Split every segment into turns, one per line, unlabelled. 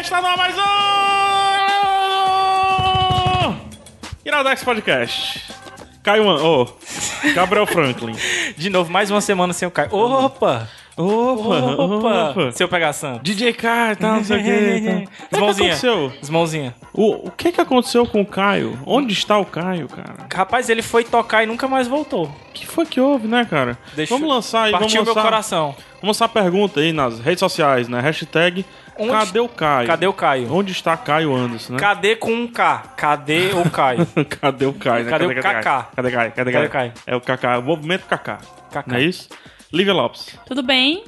Está no ar mais um! Iradex Podcast. Caio, Man- ô, Gabriel Franklin.
De novo, mais uma semana sem o Caio. Opa! Opa!
opa.
Seu pegar santo.
DJ K e tal, tá, não sei o
é
que. então. O que
Smãozinha.
aconteceu?
Smãozinha.
O, o que que aconteceu com o Caio? Onde está o Caio, cara?
Rapaz, ele foi tocar e nunca mais voltou.
O que foi que houve, né, cara?
Deixa-
vamos lançar aí, vamos
Partiu
lançar,
meu coração.
vamos lançar a pergunta aí nas redes sociais, né? Hashtag
Onde-
Cadê o Caio?
Cadê o Caio?
Onde está Caio Anderson, né?
Cadê com um K? Cadê o Caio?
Cadê o Caio? né?
Cadê o Kaká?
Cadê o Caio? Cadê o
Cadê o
Caio?
Caio?
É o Kaká, o movimento Kaká.
Kaká.
Não é isso? Lívia Lopes.
Tudo bem?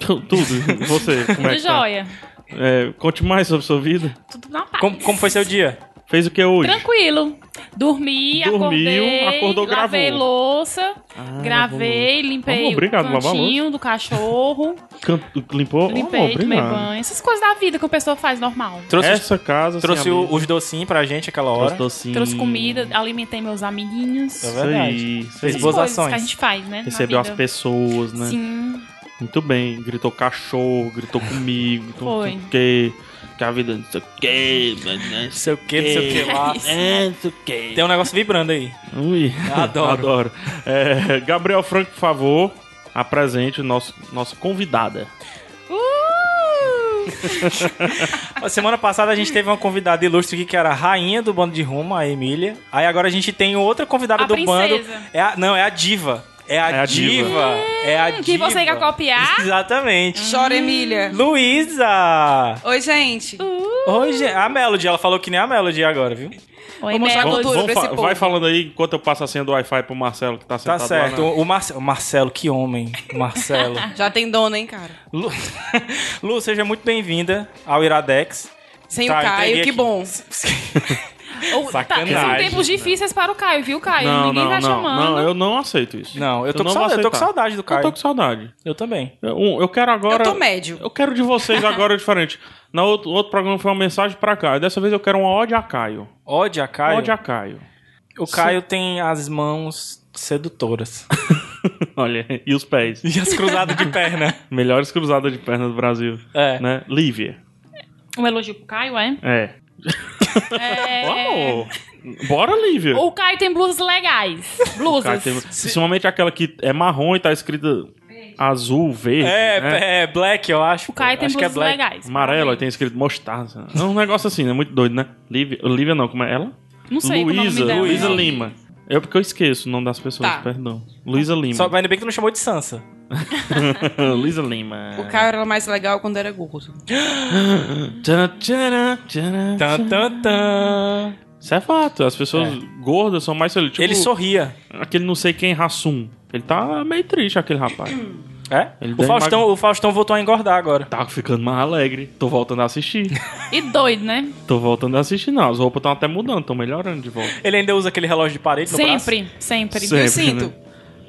Tu- Tudo. Você, como é
Tudo
que tá?
jóia.
É, conte mais sobre sua vida.
Tudo na paz.
como, como foi seu dia?
Fez o que hoje?
Tranquilo. Dormi,
Dormiu,
acordei,
acordou,
lavei
gravou. Ah,
louça, gravei, limpei
Vamos, obrigado,
o
lavar a
cantinho do cachorro,
Can- Limpou?
limpei,
oh,
tomei
obrigado.
banho. Essas coisas da vida que a pessoa faz normal.
Trouxe,
Essa casa... sem
trouxe o-
amigo.
os docinhos pra gente aquela
Trouxe
hora.
docinho.
Trouxe comida, alimentei meus amiguinhos.
É
Isso
verdade.
aí, isso aí.
Essas
boas
coisas
ações.
que a gente faz, né? na
Recebeu as
vida.
pessoas, né?
Sim,
Muito bem. Gritou cachorro, gritou comigo, gritou não sei
Foi.
o quê. Que a vida não sei o quê, mas né?
Não sei o que, não sei o que lá.
É, não sei o quê.
Tem um negócio vibrando aí.
Ui,
Adoro.
adoro. É, Gabriel Franco, por favor, apresente o nosso, nossa convidada.
Uh!
A semana passada a gente teve uma convidada ilustre aqui que era a rainha do bando de rumo, a Emília. Aí agora a gente tem outra convidada
A
do
princesa.
bando. É a- não, é a diva. É a,
É a diva.
diva. É a diva.
que você quer copiar?
Exatamente.
Chora, Emília.
Luísa!
Oi, gente.
Hoje a Melody, ela falou que nem a Melody agora, viu?
Oi,
mostrar
Mel.
É a cultura pra esse povo.
vai falando aí enquanto eu passo a senha do Wi-Fi pro Marcelo que tá
Tá
sentado
certo.
lá.
O, Marce- o Marcelo, que homem. Marcelo.
Já tem dona, hein, cara?
Lu, Lu, seja muito bem-vinda ao Iradex.
Sem
Tá,
o Caio,
entreguei
que
aqui.
bom.
Ou- tá-
Sacanagem.
São tempos difíceis para o Caio, viu, Caio?
Não,
Ninguém
não,
tá
não,
chamando.
não, eu não aceito isso.
Não, eu tô, com
não vou
saudade, eu tô com
aceitar.
saudade do
Eu
Caio.
tô
Eu,
com saudade.
também.
Eu, um, eu quero agora.
Eu tô médio.
Eu quero de vocês agora diferente. No outro, outro programa foi uma mensagem pra Caio. Dessa vez eu quero uma ode a Caio.
Ódio a Caio.
Ode a Caio.
O Caio tem as mãos sedutoras.
Olha, e os pés.
E as cruzadas de perna.
Melhores cruzadas de perna do Brasil.
É.
Né? Lívia.
Um elogio pro Caio, é?
É.
é...
Vamos! Bora, Lívia!
O Caio tem blusas legais. Blusas.
Cara, tem- Principalmente aquela que é marrom e tá escrita azul, verde.
É,
né?
é, black, eu acho.
O Caio tem
acho que é
blusas
black.
legais.
Amarelo, aí tem escrito mostarda. É um negócio assim, né? Muito doido, né? Lívia, Lívia não, como é ela?
Não sei como é o nome
Luísa,
dela.
Luísa
não.
Lima. Eu porque eu esqueço o nome das pessoas,
Tá.
perdão. Luísa Lima.
Só, mas ainda bem que tu não chamou de Sansa.
Luísa Lima.
O Caio era mais legal quando era gordo.
Tchan, tcharam, tcharam,
Tan,
Tá.
tcharam.
tan, tan.
Isso é fato. As pessoas
É.
gordas são mais felizes. Tipo,
Ele sorria.
aquele não sei quem, Rassum. Ele tá meio triste, aquele rapaz.
É?
Ele
O
deu
Faustão, o Faustão voltou a engordar agora.
Tá ficando mais alegre. Tô voltando a assistir.
E doido, né?
Tô voltando a assistir, não. As roupas estão até mudando, estão melhorando de volta.
Ele ainda usa aquele relógio de parede no braço?
Sempre, sempre.
Sempre,
sinto.
né?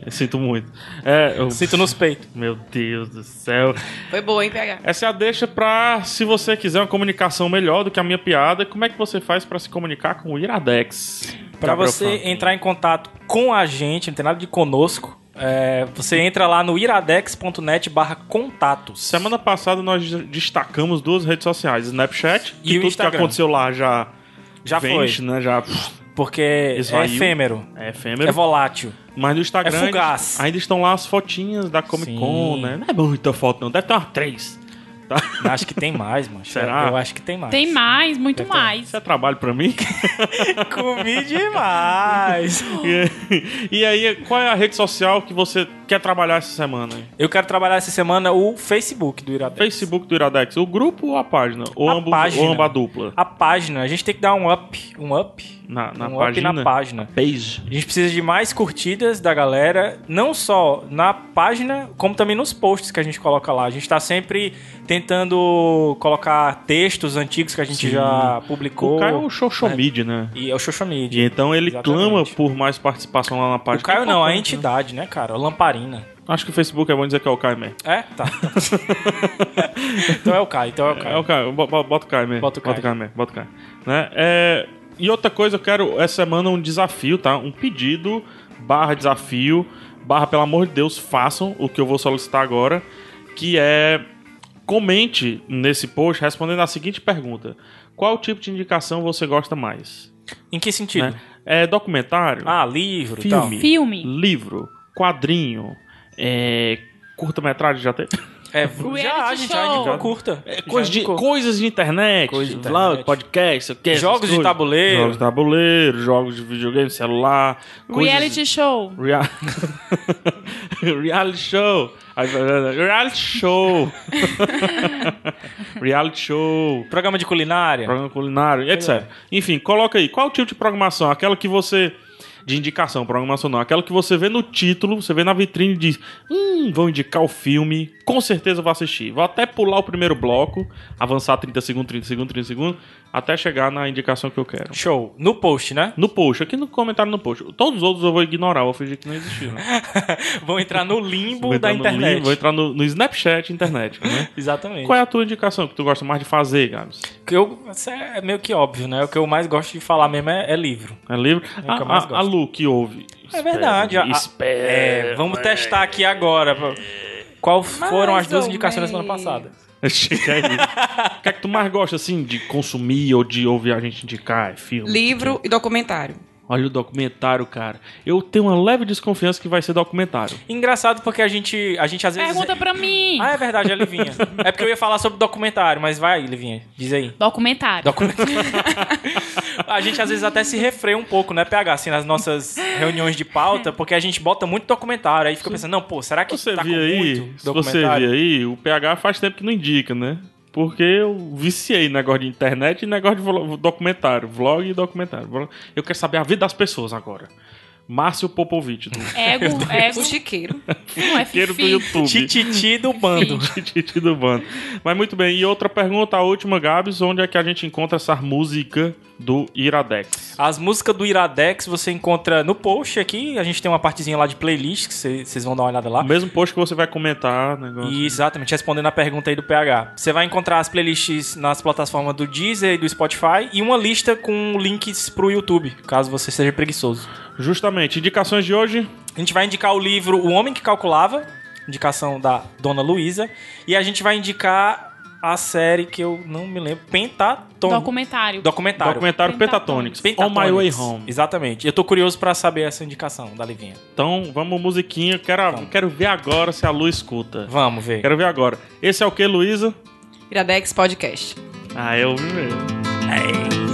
Eu sinto muito. É, eu-
Sinto nos peitos.
Meu Deus do céu.
Foi boa, hein, PH?
Essa é a deixa pra, se você quiser uma comunicação melhor do que a minha piada, como é que você faz pra se comunicar com o Iradex?
Pra
Gabriel
você
Franco.
entrar em contato com a gente, não tem nada de conosco, é, você entra lá no iradex.net barra contatos.
Semana passada nós destacamos duas redes sociais, Snapchat
E
que
o
tudo que
Instagram.
aconteceu lá já
Já
vende,
foi.
né? Já
Porque é
Esvaiu.
efêmero,
é
é
efêmero.
volátil.
Mas no Instagram
É fugaz.
ainda estão lá as fotinhas da Comic Con,
Sim.
né? Não é muita foto, não. Deve ter umas três. Tá?
Acho que tem mais, mano.
Será?
Eu acho que tem mais.
Tem mais, muito mais.
Isso é trabalho pra mim.
Comi demais.
e, e aí, qual é a rede social que você quer trabalhar essa semana? hein?
Eu quero trabalhar essa semana o Facebook do Iradex.
Facebook do Iradex, o grupo ou a página? Ou,
A
ambos,
página.
ou amba dupla?
A página, a gente tem que dar um up, um up
na, na
um up
página.
na página.
Page.
A gente precisa de mais curtidas da galera, não só na página, como também nos posts que a gente coloca lá. A gente tá sempre tentando colocar textos antigos que a gente
Sim.
já
O
publicou.
Caio é o Social
É.
Media, né?
E é o social
E
media.
então ele
Exatamente.
clama por é mais participação lá na página.
o Caio não, a
gente
entidade, né, cara? A lamparina.
Acho que o Facebook é bom dizer que é o Caio mesmo.
É? Tá. então é o Caio, então é o Caio.
É o Caio, bo- bo- bota o Caio mesmo.
Bota o Caio.
mesmo, bota o Caio. Né? É, e outra coisa, eu quero essa semana um desafio, tá? Um pedido, barra desafio, barra, pelo amor de Deus, façam o que eu vou solicitar agora, que é comente nesse post respondendo a seguinte pergunta. Qual tipo de indicação você gosta mais?
Em que sentido?
Né? É documentário?
Ah, livro e tal.
filme,
Filme.
livro, quadrinho, é, curta-metragem já teve?
É, já a
Reality
gente
show.
já indicou curta.
É,
Já
coisa de,
indicou.
coisas de internet,
Coisa de
vlog,
internet.
podcast, sei o quê, essas
Jogos de
coisas.
tabuleiro.
Jogos de tabuleiro, jogos de videogame, celular. Hum, coisas-
Reality show.
Rea- reality show. Aí vai- Reality show. reality show.
Programa de culinária.
Programa culinário, etc. Enfim, coloca aí. Qual o tipo de programação? Aquela que você. De indicação, programação não. Aquela que você vê no título, você vê na vitrine e diz: Hum, vão indicar o filme, com certeza eu vou assistir. Vou até pular o primeiro bloco, avançar 30 segundos, 30 segundos, 30 segundos, até chegar na indicação que eu quero.
Show. No post, né?
No post, aqui no comentário no post. Todos os outros eu vou ignorar, vou fingir que não existiu. Né?
Vão entrar no limbo
Vou
da
entrar no
internet.
link, vou entrar no, no Snapchat internet, né?
Exatamente.
Qual é a tua indicação que tu gosta mais de fazer, Gabs?
Que eu, isso é meio que óbvio, né? O que eu mais gosto de falar mesmo é, é livro.
É livro?
que
A,
eu mais
a,
gosto.
a Lu que ouve.
É verdade. a- a-
Espera.
é, vamos testar aqui agora. pra- Qual foram as duas
ou
indicações da semana
menos.
passada?
Achei que é isso. O que é que tu mais gosta, assim, de consumir ou de ouvir a gente indicar? É filme?
Livro e documentário.
Olha o documentário, cara. Eu tenho uma leve desconfiança que vai ser documentário.
Engraçado porque a gente, a gente às vezes.
Pergunta pra mim.
Ah, é verdade, é Livinha. é porque eu ia falar sobre documentário, mas vai aí, Livinha. Diz aí.
Documentário.
Documentário. a gente às vezes até se refreia um pouco, né, PH? Assim, nas nossas reuniões de pauta, porque a gente bota muito documentário. Aí fica pensando, não, pô, será que
Você
tá
viu
com
aí?
muito
Se você
documentário?
viu aí, o PH faz tempo que não indica, né? Porque eu viciei em negócio de internet e negócio de vlo- documentário. Vlog e documentário. Vlog- Eu quero saber a vida das pessoas agora. Márcio Popovic, do
Ego, ego.
O chiqueiro.
Não é
Fiqueiro do
fifi.
YouTube.
Tititi do bando.
Titi do bando. Mas muito bem, e outra pergunta, a última, Gabs, onde é que a gente encontra essa música do Iradex?
As músicas do Iradex você encontra no post aqui. A gente tem uma partezinha lá de playlist que cê- vocês vão dar uma olhada lá.
O mesmo post que você vai comentar, né, negócio.
Ah. E exatamente, respondendo a pergunta aí do PH. Você vai encontrar as playlists nas plataformas do Deezer e do Spotify e uma lista com links pro YouTube, caso você seja preguiçoso.
Justamente, indicações de hoje,
A gente vai indicar o livro O Homem que Calculava, indicação da Dona Luísa, e a gente vai indicar a série que eu não me lembro, Pentaton.
Documentário.
Documentário.
documentário Pentatonics, On
Pentatonics.
My Way Home.
Exatamente. Eu tô curioso pra saber essa indicação da Livinha.
Então, vamos musiquinha, quero, quero ver agora se a Lu escuta.
Vamos ver.
Quero ver agora. Esse é o que, Luísa?
Iradex Podcast.
Ah, eu vi mesmo.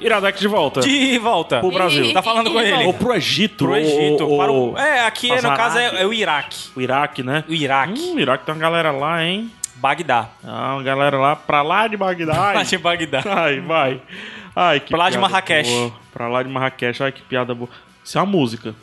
Iradex de volta.
De volta.
Pro Brasil.
Tá falando com ele.
Ou pro Egito.
Pro
ou-
Egito.
ou-
para o- É, aqui
Mas
no
Iraque.
caso é, é o Iraque.
O Iraque, né?
O Iraque.
Hum, Iraque tem uma galera lá, hein?
Bagdá.
Ah, uma galera lá pra lá de Bagdá.
Lá de Bagdá.
Ai, vai. Ai, que
Pra lá de
piada
Marrakech.
boa. Pra lá de Marrakech. Ai, que piada boa. Isso é uma música.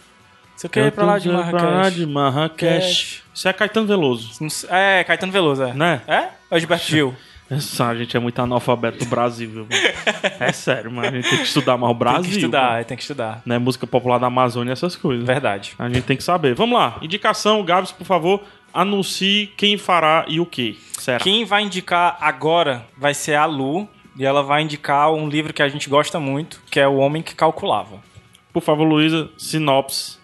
Se eu queria ir pra lá de
Tanto pra lá
Marrakech.
de Marrakech.
Cash.
Isso é Caetano Veloso,
Não sei- É, Caetano Veloso, é.
né?
É? Ou Gilberto Gil?
Essa gente é muito analfabeto do Brasil, viu? mano? É sério, mano. A gente tem que estudar mais o Brasil.
Tem que estudar, tem que estudar.
Né? Música popular da Amazônia, essas coisas.
Verdade.
A gente tem que saber. Vamos lá. Indicação, Gabs, por favor, anuncie quem fará e o que. Será?
Quem vai indicar agora vai ser a Lu. E ela vai indicar um livro que a gente gosta muito, que é O Homem que Calculava.
Por favor, Luísa, sinopse.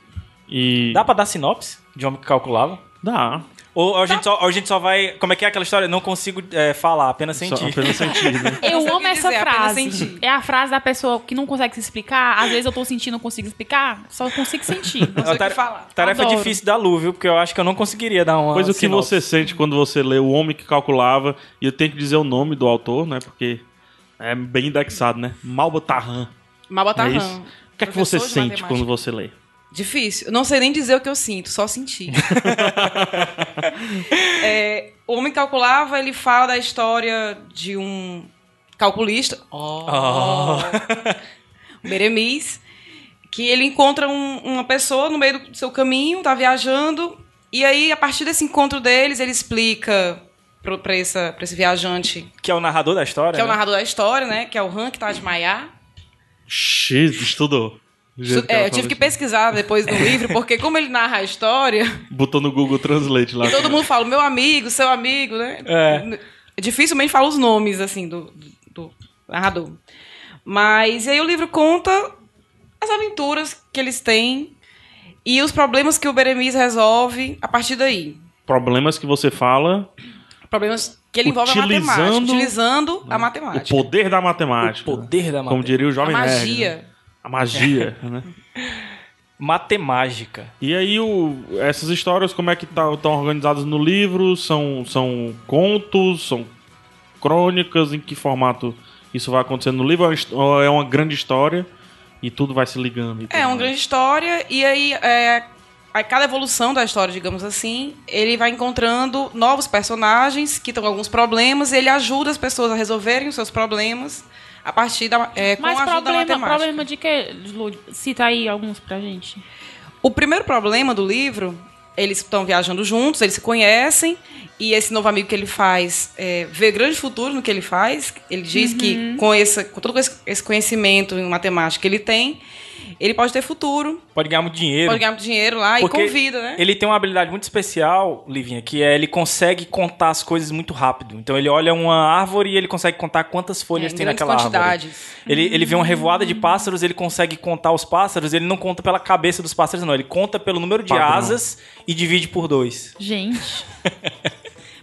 E.
Dá pra dar sinopse de Homem que Calculava?
Dá.
Ou a gente, só, ou a gente só vai. Como é que é aquela história? Não consigo é, falar, apenas sentir.
Só, apenas sentido. né?
Não
Eu
sei o
amo
que
essa
dizer, apenas
frase.
senti.
É a frase da pessoa que não consegue se explicar. Às vezes eu tô sentindo, não consigo explicar. Só consigo sentir.
Não sei o
tare-
que falar.
É Tarefa
Adoro.
difícil da Lu, viu? Porque eu acho que eu não conseguiria dar uma.
Pois o
Ah,
que
sinopse.
você sente quando você lê O Homem que Calculava, e eu tenho que dizer o nome do autor, né? Porque é bem indexado, né? Malba Tarran. não é isso?
Malbatarrão.
O que é que você
Professor de
sente
matemática.
quando você lê?
Difícil. Eu Não sei nem dizer o que eu sinto, só senti. É, o Homem Calculava, ele fala da história de um calculista.
Oh.
Oh.
Oh.
Beremis, que ele encontra um- uma pessoa no meio do seu caminho, tá viajando, e aí, a partir desse encontro deles, ele explica pro- pra essa- pra esse viajante,
Que é o narrador da história?
que é o
né?
narrador da história, né? Que é o Han, que tá de Maiá.
X, estudou. Do jeito
Isso-
que ela
é, eu tive
falou
que
isso.
pesquisar depois no livro, porque como ele narra a história,
Botou no Google Translate lá.
e todo mundo fala, meu amigo, seu amigo, né? É. Dificilmente fala os nomes, assim, do, do- do narrador. Mas e aí o livro conta as aventuras que eles têm e os problemas que o Beremis resolve a partir daí.
Problemas que você fala,
Problemas que ele envolve a matemática,
Utilizando-
utilizando a
o
matemática.
poder da matemática.
O poder da
Como
matemática.
diria o
A
jovem Nerd, né?
magia.
A magia, né?
Matemágica.
E aí, o- essas histórias, como é que estão organizadas no livro? São, são contos? São crônicas? Em que formato isso vai acontecer no livro? Ou é uma his- Ou é uma grande história e tudo vai se ligando? e tudo
É uma
mais?
grande história e aí é, a cada evolução da história, digamos assim, ele vai encontrando novos personagens que estão com alguns problemas e ele ajuda as pessoas a resolverem os seus problemas a partir da é, com
Mas
a ajuda da
problema,
matemática.
problema de que, Lu? Cita aí alguns pra gente.
O primeiro problema do livro, eles estão viajando juntos, eles se conhecem e esse novo amigo que ele faz é, vê grande futuro no que ele faz. Ele diz
Uhum.
que com, essa, com todo esse esse conhecimento em matemática que ele tem, ele pode ter futuro,
Pode ganhar muito dinheiro.
pode ganhar muito dinheiro lá
Porque
e convida, né?
Ele tem uma habilidade muito especial, Livinha, que é ele consegue contar as coisas muito rápido. Então ele olha uma árvore e ele consegue contar quantas folhas
em
tem
É, grandes
naquela árvore.
quantidades.
Ele, ele vê uma revoada de
Hum.
pássaros, ele consegue contar os pássaros, ele não conta pela cabeça dos pássaros, não. Ele conta pelo número de
Padrão.
asas e divide por dois.
Gente.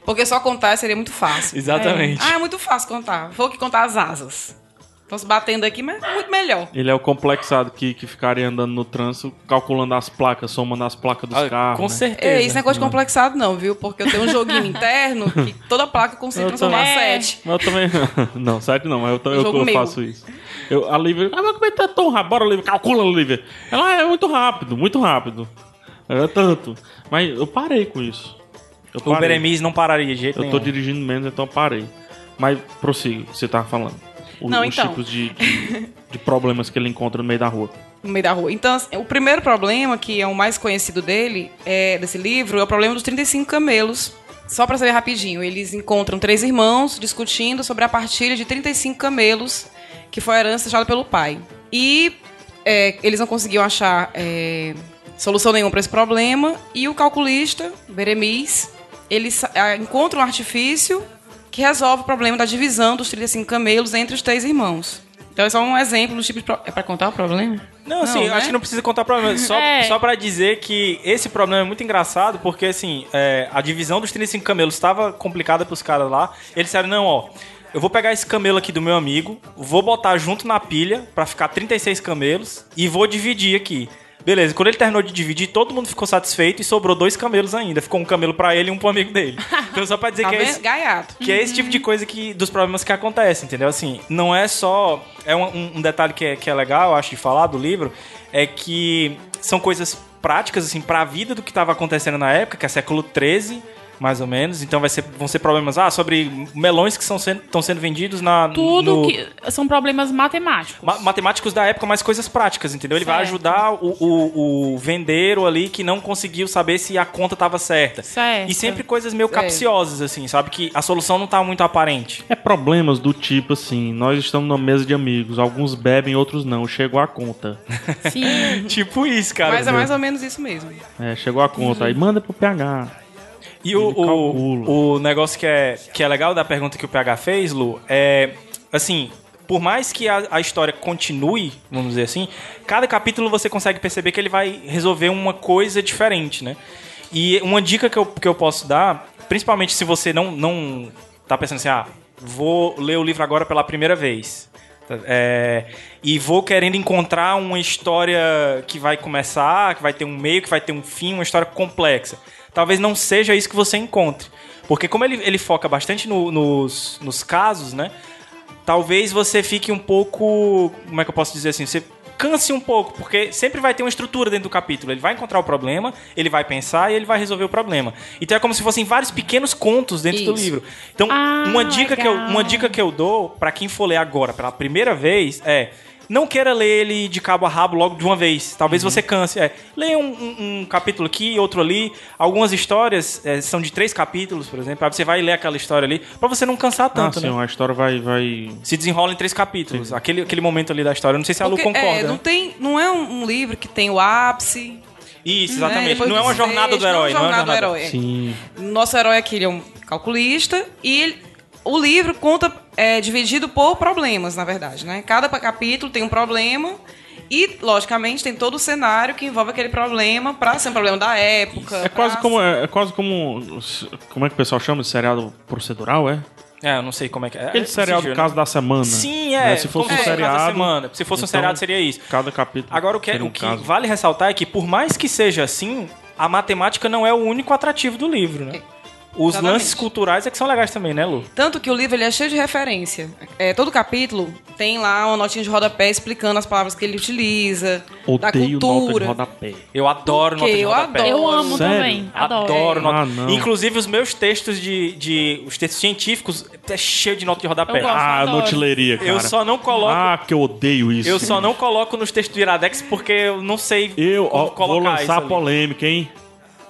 Porque só contar seria muito fácil.
Exatamente.
ah, é muito fácil contar. Vou que contar as asas. Estão se batendo aqui, mas é muito melhor.
Ele é o complexado que, que ficaria andando no trânsito, calculando as placas, somando as placas dos
Ah,
carros.
com
né?
certeza. Hum.
É, isso não é coisa de complexado, não, viu? Porque eu tenho um joguinho interno que toda placa eu consigo
Eu
transformar em
também.
sete.
Mas eu também. não, certo não, mas eu, também- eu,
Jogo
eu
meu.
faço isso. Eu, a Lívia. Ah, mas como é que tá tão rápido? Bora, Lívia, calcula, Lívia. Ela é muito rápido, muito rápido. É tanto. Mas eu parei com isso. Eu
O é
parei.
Beremis não pararia de jeito
Eu tô
nenhum.
dirigindo menos, então eu parei. Mas prossiga, o que você tava falando. O-
Não,
os
então.
tipos de, de, de problemas que ele encontra no meio da rua.
no meio da rua. Então, assim, o primeiro problema, que é o mais conhecido dele, é, desse livro, é o problema dos 35 camelos. Só para saber rapidinho, eles encontram três irmãos discutindo sobre a partilha de 35 camelos, que foi a herança deixada pelo pai. E é, eles não conseguiam achar é, solução nenhuma para esse problema, e o calculista, Beremis, ele sa- ah, encontra um artifício que resolve o problema da divisão dos 35 camelos entre os três irmãos. Então, esse é só um exemplo do tipo de... Pro... É para contar o problema?
Não, assim,
Não,
eu
né?
acho que não precisa contar problema. Só,
É.
só para dizer que esse problema é muito engraçado, porque assim, é, a divisão dos 35 camelos estava complicada pros caras lá. Eles disseram, não, ó, eu vou pegar esse camelo aqui do meu amigo, vou botar junto na pilha pra ficar 36 camelos e vou dividir aqui. Beleza, quando ele terminou de dividir, todo mundo ficou satisfeito e sobrou dois camelos ainda. Ficou um camelo pra ele e um pro amigo dele. Então só pra dizer
Tá
que é
vendo?
esse,
Gaiato.
que é esse tipo de coisa que dos problemas que acontecem, entendeu? Assim, não é só. É um, um- um detalhe que é, que é legal, eu acho, de falar do livro, é que são coisas práticas, assim, pra vida do que tava acontecendo na época, que é século XIII. mais ou menos. Então vai ser, vão ser problemas ah, sobre melões que estão sendo, estão sendo vendidos na.
Tudo
no-
que. São problemas matemáticos.
Ma- matemáticos da época, mas coisas práticas, entendeu? Ele vai
Certo.
ajudar o, o, o vendeiro ali que não conseguiu saber se a conta estava certa.
Certo.
E sempre coisas meio
Certo.
capciosas, assim, sabe? Que a solução não tá muito aparente.
É problemas do tipo assim, nós estamos numa mesa de amigos, alguns bebem, outros não. Chegou a conta.
Sim.
Tipo isso, cara.
Mas é mais ou menos isso mesmo.
É, chegou a conta. Aí manda pro PH.
E o,
Ele calcula.
o, o negócio que é, que é legal da pergunta que o PH fez, Lu, é assim. Por mais que a, a história continue, vamos dizer assim, cada capítulo você consegue perceber que ele vai resolver uma coisa diferente, né? E uma dica que eu, que eu posso dar, principalmente se você não, não tá pensando assim, ah, vou ler o livro agora pela primeira vez. Tá- é, e vou querendo encontrar uma história que vai começar, que vai ter um meio, que vai ter um fim, uma história complexa. Talvez não seja isso que você encontre. Porque como ele, ele foca bastante no- nos, nos casos, né? Talvez você fique um pouco. Como é que eu posso dizer assim? Você canse um pouco, porque sempre vai ter uma estrutura dentro do capítulo. Ele vai encontrar o problema, ele vai pensar e ele vai resolver o problema. Então é como se fossem vários pequenos contos dentro do
Isso.
livro. Então,
Ah,
uma dica que eu,
legal.
uma dica que eu dou pra quem for ler agora pela primeira vez é não queira ler ele de cabo a rabo logo de uma vez.
Uhum.
Talvez você canse. É, leia um, um- um capítulo aqui, outro ali. Algumas histórias é, são de três capítulos, por exemplo. Aí você vai ler aquela história ali pra você não cansar tanto,
ah,
né?
sim, a história vai, vai.
Se desenrola em três capítulos. Aquele, aquele momento ali da história. Eu Não sei se a Lu
Porque,
concorda.
é, não,
né?
tem, não é um, um livro que tem o ápice.
Isso,
né?
exatamente.
Depois
Não é uma
desfecho,
jornada do herói.
Não é uma jornada do
do
herói. é.
Sim.
Nosso herói aqui ele é um calculista e ele- o livro conta é dividido por problemas, na verdade, né? Cada pa- capítulo tem um problema e, logicamente, tem todo o cenário que envolve aquele problema para ser um problema da época.
É
pra
quase como.
ser-
É, é quase como. Como é que o pessoal chama? Seriado procedural, é?
É, eu não sei como é que é.
Aquele serial
Existiu,
do
né?
caso da semana.
Sim,
né?
é.
Se fosse
como
um
se fosse o
caso da
seriado.
semana. Se fosse um
então,
seriado, seria isso.
Cada capítulo.
Agora, o que, é-
seria um
o que
caso.
vale ressaltar é que, por mais que seja assim, a matemática não é o único atrativo do livro, né? Os
Exatamente.
lances culturais é que são legais também, né, Lu?
Tanto que o livro ele é cheio de referência. É, todo capítulo tem lá uma notinha de rodapé explicando as palavras que ele utiliza, da
Odeio nota de
cultura.
rodapé.
Eu adoro
Por quê?
nota de
Eu
rodapé.
adoro.
Eu amo
Sério?
também. Adoro.
Adoro nota.
Ah, não.
Inclusive, os meus textos de, de. Os textos científicos é cheio de nota de rodapé.
Eu gosto.
Ah,
adoro.
notileria, cara.
Eu só não coloco.
Ah, que eu odeio isso.
Eu só não coloco nos textos do Iradex porque eu não sei
Eu
como
ó, vou lançar
ali.
polêmica, hein?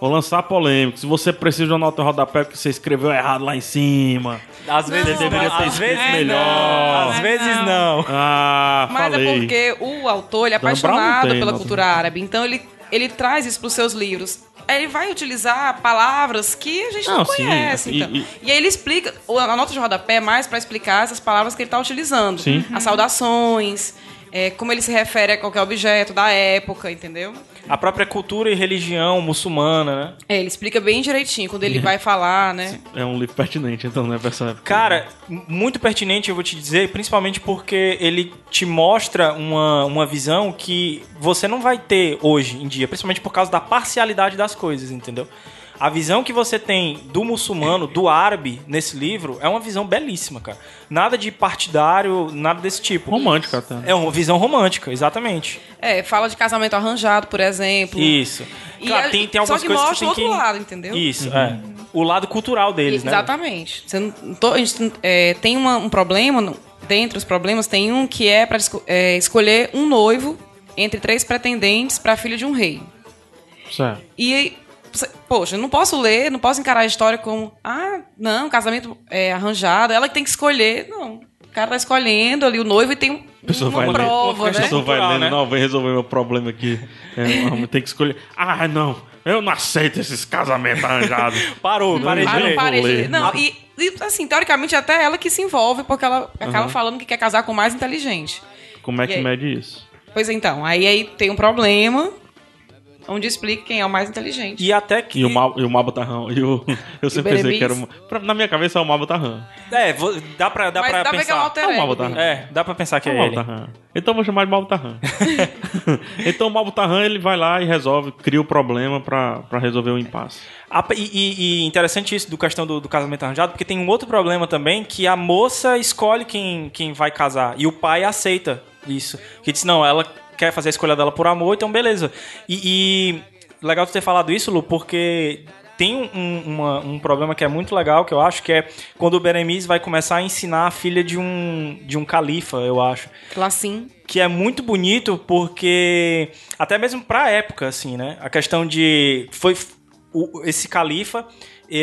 Vou lançar polêmica. Se você precisa de uma nota rodapé é porque você escreveu errado lá em cima.
Às vezes
Você deveria
não,
ter
às
escrito
vezes
melhor.
Não, às
Mas
vezes
não.
não.
Ah,
Mas
falei.
é porque o autor ele é
Dan Brown não
apaixonado
tem,
pela
nossa.
cultura árabe, então ele, ele traz isso para os seus livros. Ele vai utilizar palavras que a gente não,
Não, sim,
conhece.
e-
então.
e-
e, aí ele explica, o- a nota de rodapé é mais para explicar essas palavras que ele está utilizando.
Sim.
As saudações, é, como ele se refere a qualquer objeto da época, entendeu?
A própria cultura e religião muçulmana, né?
É, ele explica bem direitinho quando ele vai falar, né?
É um livro pertinente, então, né, pra essa época.
Cara, m- muito pertinente, eu vou te dizer, principalmente porque ele te mostra uma, uma visão que você não vai ter hoje em dia, principalmente por causa da parcialidade das coisas, entendeu? A visão que você tem do muçulmano, do árabe, nesse livro, é uma visão belíssima, cara. Nada de partidário, nada desse tipo.
Romântica até. né?
É uma visão romântica, exatamente.
É, fala de casamento arranjado, por exemplo.
Isso.
E
Claro,
a-
tem, tem algumas
só que
coisas
mostra o
que tem
outro
que...
lado, entendeu?
Isso, é. O lado cultural deles, né?
Exatamente. Você não- não tô- a gente não- é, tem uma- um problema, no- dentre os problemas, tem um que é para escolher um noivo entre três pretendentes para filho de um rei.
Certo.
E, aí, você- poxa, eu não posso ler, não posso encarar a história como, ah, não, casamento é, arranjado, ela que tem que escolher. Não, o cara tá escolhendo ali o noivo e tem um-
A pessoa
uma
vai
prova,
ler. A
né?
pessoa vai
Cultural,
lendo,
né?
não, vem resolver meu problema aqui. É, tem que escolher. Ah, não, eu não aceito esses casamentos arranjados.
Parou, parei de
Ah, não
ler.
parei de
Rolê.
ler. Não, e, e, assim, teoricamente é até ela que se envolve, porque ela acaba falando que quer casar com o mais inteligente.
Como é
E
que
aí?
mede isso?
Pois então, aí, aí tem um problema onde explica quem é o mais inteligente.
E até que.
E o, Mal, e o Mabotarrão. E o- eu sempre pensei
Beremice?
que era uma. pra- Na minha cabeça é o Mabotarrão.
É, vou- dá pra, dá
Mas
pra
dá pra ver que é um
pensar. "Ah,
alter ego.
É um alter ego.
é, dá pra pensar que
É o
é ele.
Malbutarran. Então eu vou chamar de Malbutarran. então o Malbutarran ele vai lá e resolve, cria o problema pra, pra resolver o impasse.
A- e, e- e interessante isso do questão do, do casamento arranjado, porque tem um outro problema também, que a moça escolhe quem, quem vai casar. E o pai aceita isso. Que diz, não, ela quer fazer a escolha dela por amor, então beleza. E, e legal tu ter falado isso, Lu, porque. tem um, um- uma- um problema que é muito legal, que eu acho, que é quando o Beremis vai começar a ensinar a filha de um, de um califa, eu acho
Lacim.
que é muito bonito porque até mesmo pra época assim, né? A questão de foi o- esse califa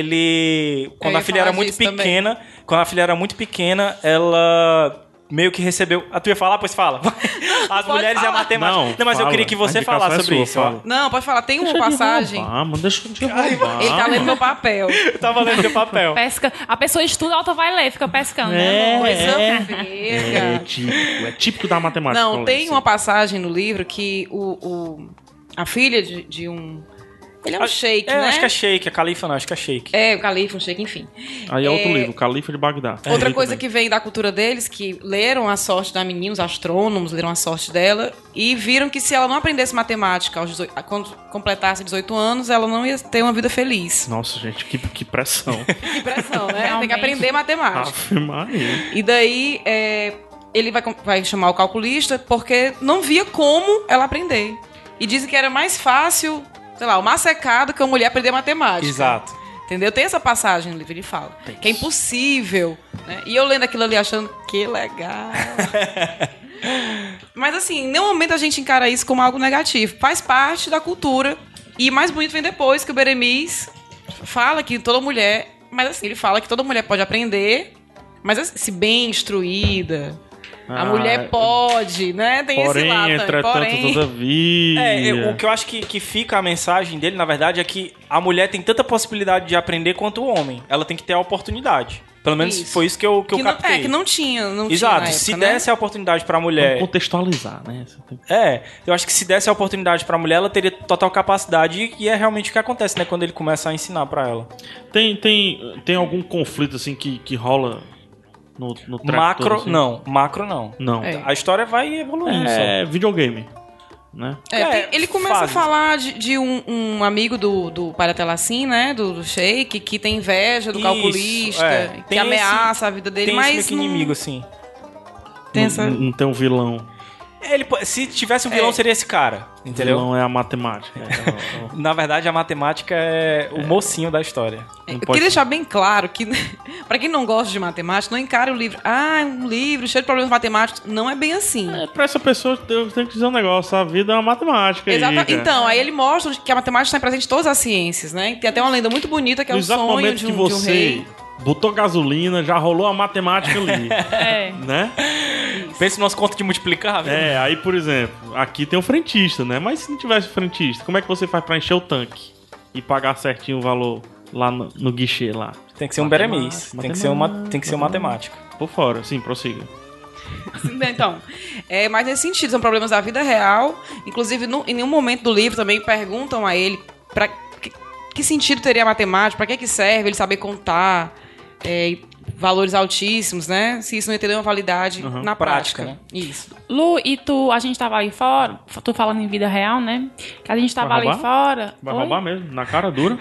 ele quando
ia
a filha era
falar
muito
disso também.
pequena, quando a filha era muito pequena, ela meio que recebeu. Ah, tu ia falar, pois fala. As
Pode
mulheres e a
falar.
matemática.
Não,
Não, mas
fala.
eu queria que você
A indicação
falasse
é
sobre
sua,
isso.
fala.
ó.
Não, pode falar. Tem uma
Deixa de
passagem.
roubar, mano, Ah, deixa de roubar.
Ele tá lendo meu papel.
Eu tava lendo teu papel.
Pesca. A pessoa estuda, a outra vai ler, fica pescando, né?
É,
Coisa
é.
feia.
É
tipo
típico, é típico da matemática.
Não,
Valência.
assim.
tem uma passagem no livro que o, o- a filha de, de um. Ele é um
Ah,
sheik,
é,
né?
acho que é shake, é califa não, acho que é shake.
É, o califa, um sheik, enfim.
Aí é outro
É.
livro, Califa de Bagdá.
Outra
Li
coisa
né?
também.
que vem da cultura deles, que leram a sorte da menina, os astrônomos leram a sorte dela e viram que se ela não aprendesse matemática aos 18 quando completasse 18 anos, ela não ia ter uma vida feliz.
Nossa, gente, que, que pressão.
Que pressão, né? Tem que
Realmente.
aprender matemática.
Ave Maria.
E daí é, ele vai, com- vai chamar o calculista porque não via como ela aprender. E dizem que era mais fácil, sei lá, o massecado que a mulher aprender matemática.
Exato.
Entendeu? Tem essa passagem no livro, ele fala. Que é impossível. né? E eu lendo aquilo ali achando que legal. Mas assim, em nenhum momento a gente encara isso como algo negativo. Faz parte da cultura. E mais bonito vem depois que o Beremis fala que toda mulher. Mas assim, ele fala que toda mulher pode aprender, mas assim, se bem instruída.
Ah,
a mulher pode, né? Tem esse
Porém,
lado. também.
entretanto,
Porém,
todavia.
É, eu- o que eu acho que, que fica a mensagem dele, na verdade, é que a mulher tem tanta possibilidade de aprender quanto o homem. Ela tem que ter a oportunidade. Pelo menos
Isso.
foi isso que eu, que eu
não,
captei.
é, que não tinha. Não
Exato.
Tinha na
se
época, né?
desse a oportunidade pra
Vamos
é.
mulher.
contextualizar, né? Você tem-
É, eu acho que se desse a oportunidade pra mulher, ela teria total capacidade e- e é realmente o que acontece, né? Quando ele começa a ensinar pra ela.
Tem, tem, tem algum conflito, assim, que, que rola no, no track
macro,
todo, assim?
não. Macro, não.
Não.
É.
A história vai evoluindo só.
É, videogame, né?
É,
É,
tem- ele começa
fases.
a falar de, de um, um amigo do, do Paratelacim, né? Do, do Sheik, que tem inveja do
Isso,
calculista,
é.
que
Tem
ameaça a vida dele,
Tem esse
mas.
meio que
não-
inimigo, assim.
Tem
Não-
essa-
Não, tem um vilão.
Ele, po- se tivesse um vilão,
É.
seria esse cara. Entendeu?
Vilão é a matemática. é, é, é.
Na verdade, a matemática é o mocinho da história.
É,
não
Eu
pode-
queria deixar bem claro que, né, pra quem não gosta de matemática, não encara o livro. Ah, é um livro cheio de problemas matemáticos. Não é bem assim.
É, pra essa pessoa, eu tenho que dizer um negócio. A vida é uma matemática. aí,
Exata-
cara.
Então, aí ele mostra que a matemática está presente em todas as ciências, né? Tem até uma lenda muito bonita que é
no
o
exato
sonho
momento
de
que
um, de um
você
rei.
botou gasolina, já rolou a matemática ali,
É.
né?
Pensa no nosso conto de multiplicar, velho.
É, aí, por exemplo, aqui tem um frentista, né? Mas se não tivesse frentista, como é que você faz pra encher o tanque e pagar certinho o valor lá no, no guichê lá?
Tem que ser um Beremis. Tem que ser, uma, tem que ser um matemático.
Por fora, sim, prossiga.
Então, é, mas nesse sentido, são problemas da vida real. Inclusive, nu- em nenhum momento do livro também perguntam a ele para que, que sentido teria a matemática, para que, que serve ele saber contar é, e valores altíssimos, né? Se isso não ia ter nenhuma validade
Uhum,
na
prática,
prática. Isso.
Lu, e tu, a gente tava ali fora, tu falando em vida real, né? Que a gente tava
Vai
ali
roubar?
fora.
Vai
Oi?
roubar mesmo, na cara dura.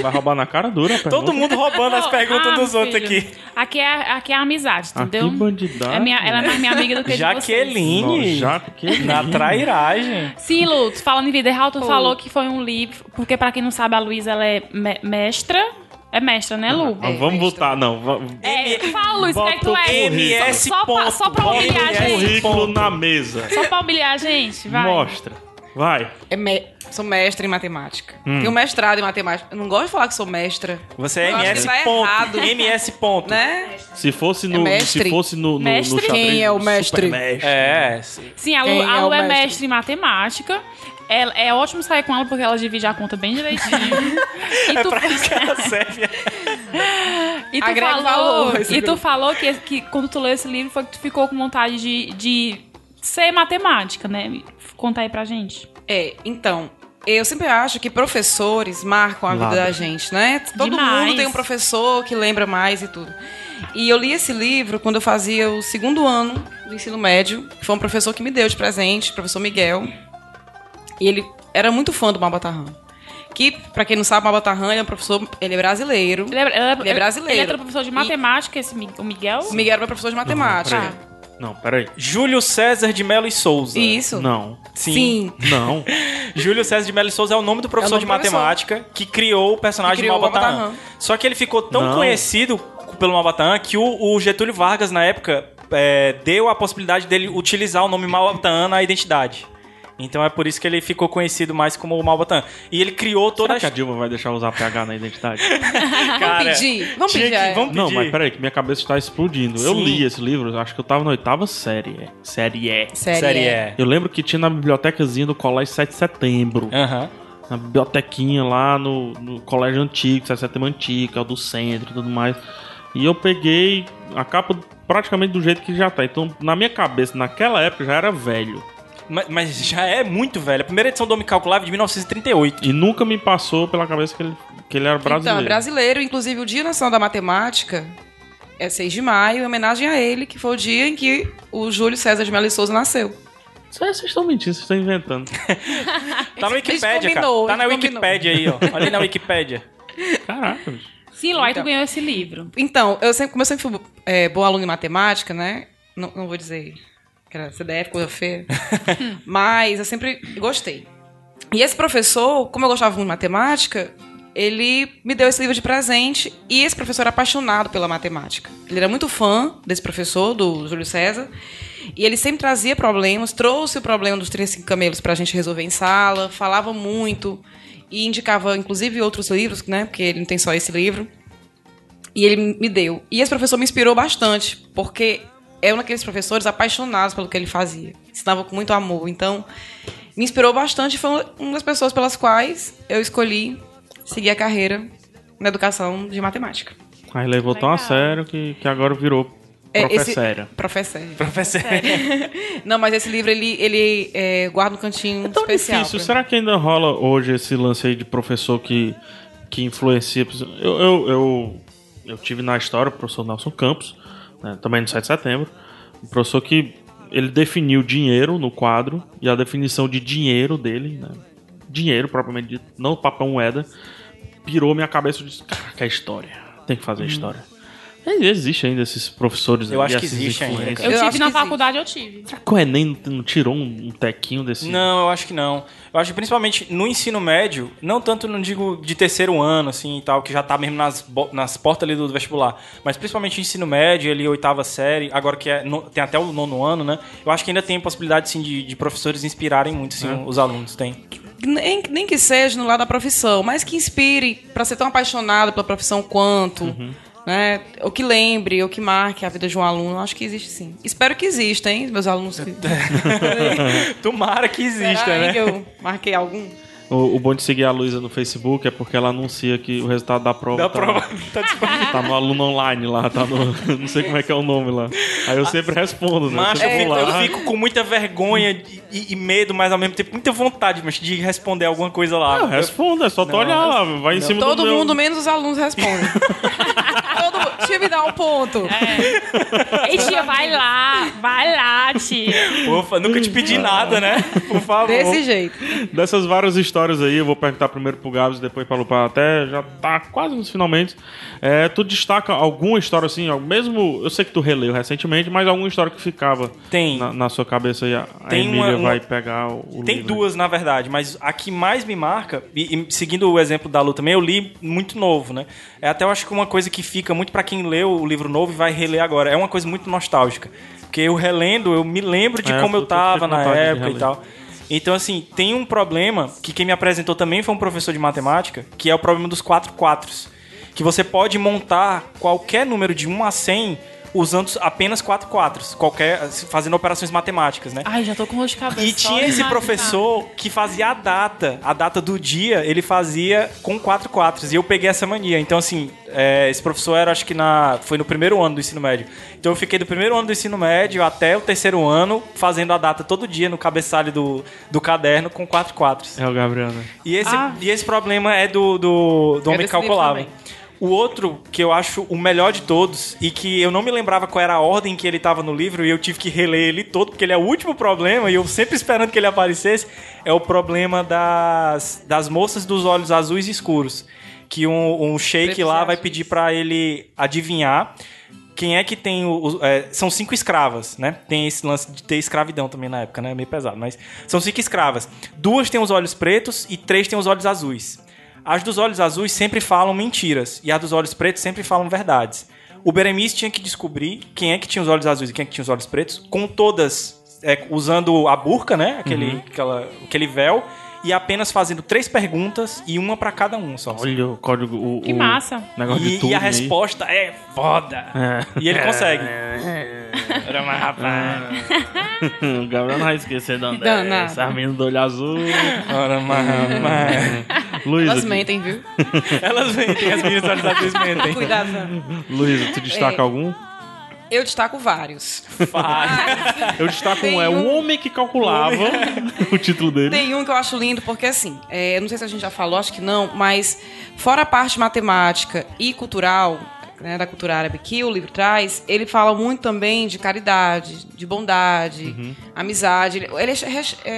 Vai roubar na cara dura. a pergunta.
Todo mundo roubando as
Não,
perguntas
ah,
dos
meu
outros
filho,
aqui.
Aqui é, aqui é amizade,
Ah,
entendeu?
que bandidagem.
É minha- ela é mais minha amiga do que de vocês.
é Jaqueline.
Jaqueline.
Na trairagem.
Sim, Lu, tu falando em vida real, tu falou que foi um livro. Porque, pra quem não sabe, a Luísa ela é me- mestra. É mestra, né, Lu?
Ah, vamos voltar, não. va-
É, fala, Luiz, como é que tu
Bota o
é?
MS
Só, só, pra, só pra
ponto,
humilhar É, a
MS
gente.
Currículo
ponto.
na mesa.
Só pra humilhar a gente, vai.
Mostra. Vai.
É me- sou mestra em matemática. Tenho mestrado em matemática. Eu não gosto de falar que sou mestra,
Você é
Eu acho que
MS
tá
ponto.
errado.
MS ponto.
né?
Se fosse no,
É mestre?
se fosse no, no, no
Mestre?
xadrez,
Quem é o mestre?
super mestre.
É.
Sim, a Lu,
Quem
a
é
Lu
o
é,
mestre?
mestre em matemática. Ela- é ótimo sair com ela porque ela divide a conta bem direitinho. e tu,
É Pra isso que ela serve.
e tu falou,
Agrega valor.
e tu falou que, que quando tu leu esse livro foi que tu ficou com vontade de, de ser matemática, né? Conta aí pra gente.
É, então, eu sempre acho que professores marcam a
Ladra.
vida da gente, né? Todo
Demais.
mundo tem um professor que lembra mais e tudo. E eu li esse livro quando eu fazia o segundo ano do ensino médio. que Foi um professor que me deu de presente, o professor Miguel. E ele era muito fã do Mabatarran. Que, pra quem não sabe, o Mabatarran ele é um professor, ele é brasileiro.
Ele é,
Ele é brasileiro.
Ele é professor de
E-
matemática, esse Mi- o Miguel.
O Miguel era meu professor de matemática.
Peraí. Não, peraí.
Júlio César de Melo e Souza.
Isso?
Não.
Sim.
Sim.
Não.
Júlio César de Melo e Souza é o nome do professor
nome
de
do professor.
matemática que criou o personagem
Que criou
de Malbataan.
Malbataan.
Só que ele ficou tão
Não.
conhecido pelo Malbataan que o, o Getúlio Vargas, na época, é, deu a possibilidade dele utilizar o nome Malbataan na identidade. Então é por isso que ele ficou conhecido mais como Malbataan. E ele criou toda
Será que a
a...
Dilma vai deixar usar PH na identidade?
Cara,
é vamos pedir, vamos
tinha
pedir.
que-
é.
vamos-
Não,
pedir.
mas peraí, que minha cabeça está explodindo. Eu
Sim.
li esse livro, acho que eu tava na oitava série. Série E.
Série,
Série
é.
é.
Eu lembro que tinha na bibliotecazinha do Colégio 7 de Setembro.
Aham.
Na bibliotequinha lá no, no Colégio Antigo, 7 de Setembro Antigo, que é o do centro e tudo mais. E eu peguei a capa praticamente do jeito que já tá. Então, na minha cabeça, naquela época, já era velho.
Mas, mas já é muito velho. A primeira edição do Homem Calculável é de 1938.
E nunca me passou pela cabeça que ele, que ele era brasileiro.
Então, é brasileiro, inclusive o Dia Nacional da Matemática é 6 de maio, em homenagem a ele, que foi o dia em que o Júlio César de Melo e Souza nasceu.
é, Vocês vocês estão mentindo, vocês estão inventando.
Tá na
A gente
Wikipédia, cara.
combinou,
Tá
a
na
gente combinou.
Wikipédia aí, ó. Olha aí na Wikipédia.
Caraca, bicho.
Sim, Lloyd
Então.
ganhou esse livro.
Então, eu sempre, como eu sempre fui é, boa aluna em matemática, né? Não, não vou dizer que era CDF, coisa feia. Mas eu sempre gostei. E esse professor, como eu gostava muito de matemática, ele me deu esse livro de presente. E esse professor era apaixonado pela matemática. Ele era muito fã desse professor, do Júlio César. E ele sempre trazia problemas, trouxe o problema dos 35 camelos pra gente resolver em sala, falava muito e indicava, inclusive, outros livros, né? Porque ele não tem só esse livro. E ele me deu. E esse professor me inspirou bastante, porque é um daqueles professores apaixonados pelo que ele fazia. Ensinava com muito amor. Então, me inspirou bastante e foi uma das pessoas pelas quais eu escolhi seguir a carreira na educação de matemática.
Aí levou tão a sério que, que agora virou
Tá É, esse-
professora.
Professor.
Professor.
Não, mas esse livro ele, ele é, guarda um cantinho
É tão
especial.
difícil.
pra-
Será que ainda rola hoje esse lance aí de professor que, que influencia? Eu, eu, eu, eu tive na história o professor Nelson Campos, né, também no 7 de setembro, um professor que ele definiu dinheiro no quadro e a definição de dinheiro dele, né, dinheiro propriamente dito, não papel moeda, pirou minha cabeça e disse, caraca, é história, tem que
Uhum.
fazer história. E Existe ainda esses professores
Eu
aí,
acho que
essas
existe ainda,
influências.
Eu,
Eu acho
tive na
que sim.
faculdade, eu tive.
Será que o Enem não- não tirou um, um tequinho desse?
Não, eu acho que não. Eu acho que principalmente no ensino médio, não tanto, não digo de terceiro ano, assim e tal, que já tá mesmo nas, bo- nas portas ali do vestibular, mas principalmente ensino médio, ali, oitava série, agora que é no- tem até o nono ano, né? Eu acho que ainda tem possibilidade, assim, de, de professores inspirarem muito, assim, os alunos. Tem.
nem, nem que seja no lado da profissão, mas que inspire pra ser tão apaixonado pela profissão quanto,
Uhum.
né? Ou que lembre, ou que marque a vida de um aluno. Acho que existe sim. Espero que exista, hein, meus alunos.
É,
Que...
Tomara que exista,
Será, hein,
né?
que eu marquei algum?
O, o bom de seguir a Luísa no Facebook é porque ela anuncia que o resultado da prova,
Da
tá,
prova tá disponível.
tá no aluno online lá, tá no. Não sei como é que é o nome lá. Aí eu sempre respondo, né?
Macho,
Sempre
É,
eu, fico,
vou
então.
lá.
eu fico com muita vergonha e, e- e medo, mas ao mesmo tempo muita vontade macho, de responder alguma coisa lá.
Eu respondo, é só tu olhar lá, vai em cima do
Todo
meu-
mundo, menos os alunos, responde. Todo mundo. Deixa eu me dar um ponto.
Tá
Ei, tia, vai lá, vai lá, tia.
Ufa, nunca te pedi nada, né? Por favor.
Desse jeito.
Dessas várias histórias aí, eu vou perguntar primeiro pro Gabs, depois pra Lupar até, já tá quase nos finalmente. É, tu destaca alguma história assim, ó, mesmo. Eu sei que tu releu recentemente, mas alguma história que ficava
Tem.
Na, na sua cabeça aí. A, a
Tem
Emília
uma- uma-
vai pegar o. o
Tem
livro. né?
duas, na verdade, mas a que mais me marca, e, e seguindo o exemplo da Lu também, eu li muito novo, né? É até eu acho que uma coisa que fica muito pra quem leu o livro novo e vai reler agora. É uma coisa muito nostálgica. Porque eu relendo, eu me lembro de
É,
como
eu
eu
tô- tô
tava
com
na
vontade de
época e
reler.
tal. Então, assim, tem um problema que quem me apresentou também foi um professor de matemática, que é o problema dos quatro quatros. Que você pode montar qualquer número de 1 a 100 usando apenas quatro quatros, qualquer, fazendo operações matemáticas, né?
Ai, já tô com dor de cabeça.
E
só
tinha
de
esse
imaginar.
professor que fazia a data, a data do dia, ele fazia com quatro quatros. E eu peguei essa mania. Então, assim, é, esse professor era, acho que na, foi no primeiro ano do ensino médio. Então, eu fiquei do primeiro ano do ensino médio até o terceiro ano, fazendo a data todo dia no cabeçalho do, do caderno com quatro quatros.
É o Gabriel, né?
E esse,
Ah.
e esse problema é do, do, do
É
homem
desse livro
calculável.
também.
O outro que eu acho o melhor de todos e que eu não me lembrava qual era a ordem que ele tava no livro e eu tive que reler ele todo porque ele é o último problema e eu sempre esperando que ele aparecesse é o problema das, das moças dos olhos azuis escuros que um, um sheik
Pretos e
lá vai
azuis.
pedir pra ele adivinhar Quem é que tem o, os- é, são cinco escravas, né? Tem esse lance de ter escravidão também na época, né? É meio pesado, mas são cinco escravas. Duas têm os olhos pretos e três têm os olhos azuis. As dos olhos azuis sempre falam mentiras e a dos olhos pretos sempre falam verdades. O Beremice tinha que descobrir quem é que tinha os olhos azuis e quem é que tinha os olhos pretos, com todas é, usando a burca, né? Aquele, aquela- aquele véu. E apenas fazendo três perguntas e uma pra cada um só.
Olha o código. O,
Que
o
massa.
Negócio de
E,
tudo. É.
e a resposta é foda. E
É.
ele consegue. Era mais rapaz.
Hum, o Gabriel não vai esquecer de onde é.
Danado.
Essa menina do olho azul. É.
Era mais rapaz.
Luísa,
Elas
tu-
mentem, viu?
Elas mentem, as meninas olhos azuis mentem.
Cuidado. Ana.
Luísa, tu destaca
É.
algum?
Eu destaco vários.
Eu destaco
Tem
um, é o
um-
homem que calculava o título dele.
Tem um que eu acho lindo, porque assim, é, não sei se a gente já falou, acho que não, mas fora a parte matemática e cultural, né, da cultura árabe que o livro traz, ele fala muito também de caridade, de bondade, amizade. Ele ele é, é, é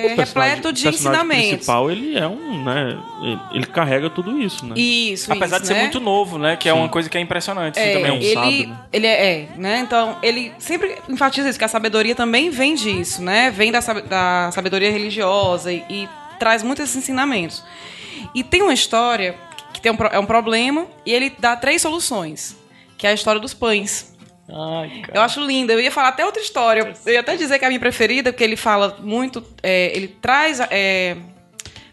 Uhum. O personagem-
repleto de
o personagem
ensinamentos.
principal, ele é um, né? Ele, ele carrega tudo isso, né?
Isso,
Apesar
isso,
de ser
né?
muito novo, né? Que é uma coisa que é impressionante. assim,
É,
também.
ele,
sábio, né?
ele é, é, né? Então, ele sempre enfatiza isso, que a sabedoria também vem disso, né? Vem da, sab- da sabedoria religiosa e, e traz muitos esses ensinamentos. E tem uma história que tem um, pro- é um problema e ele dá três soluções, que é a história dos pães.
Ai,
Eu acho linda. Eu ia falar até outra história. Eu ia até dizer que é a minha preferida, porque ele fala muito. é, ele traz é,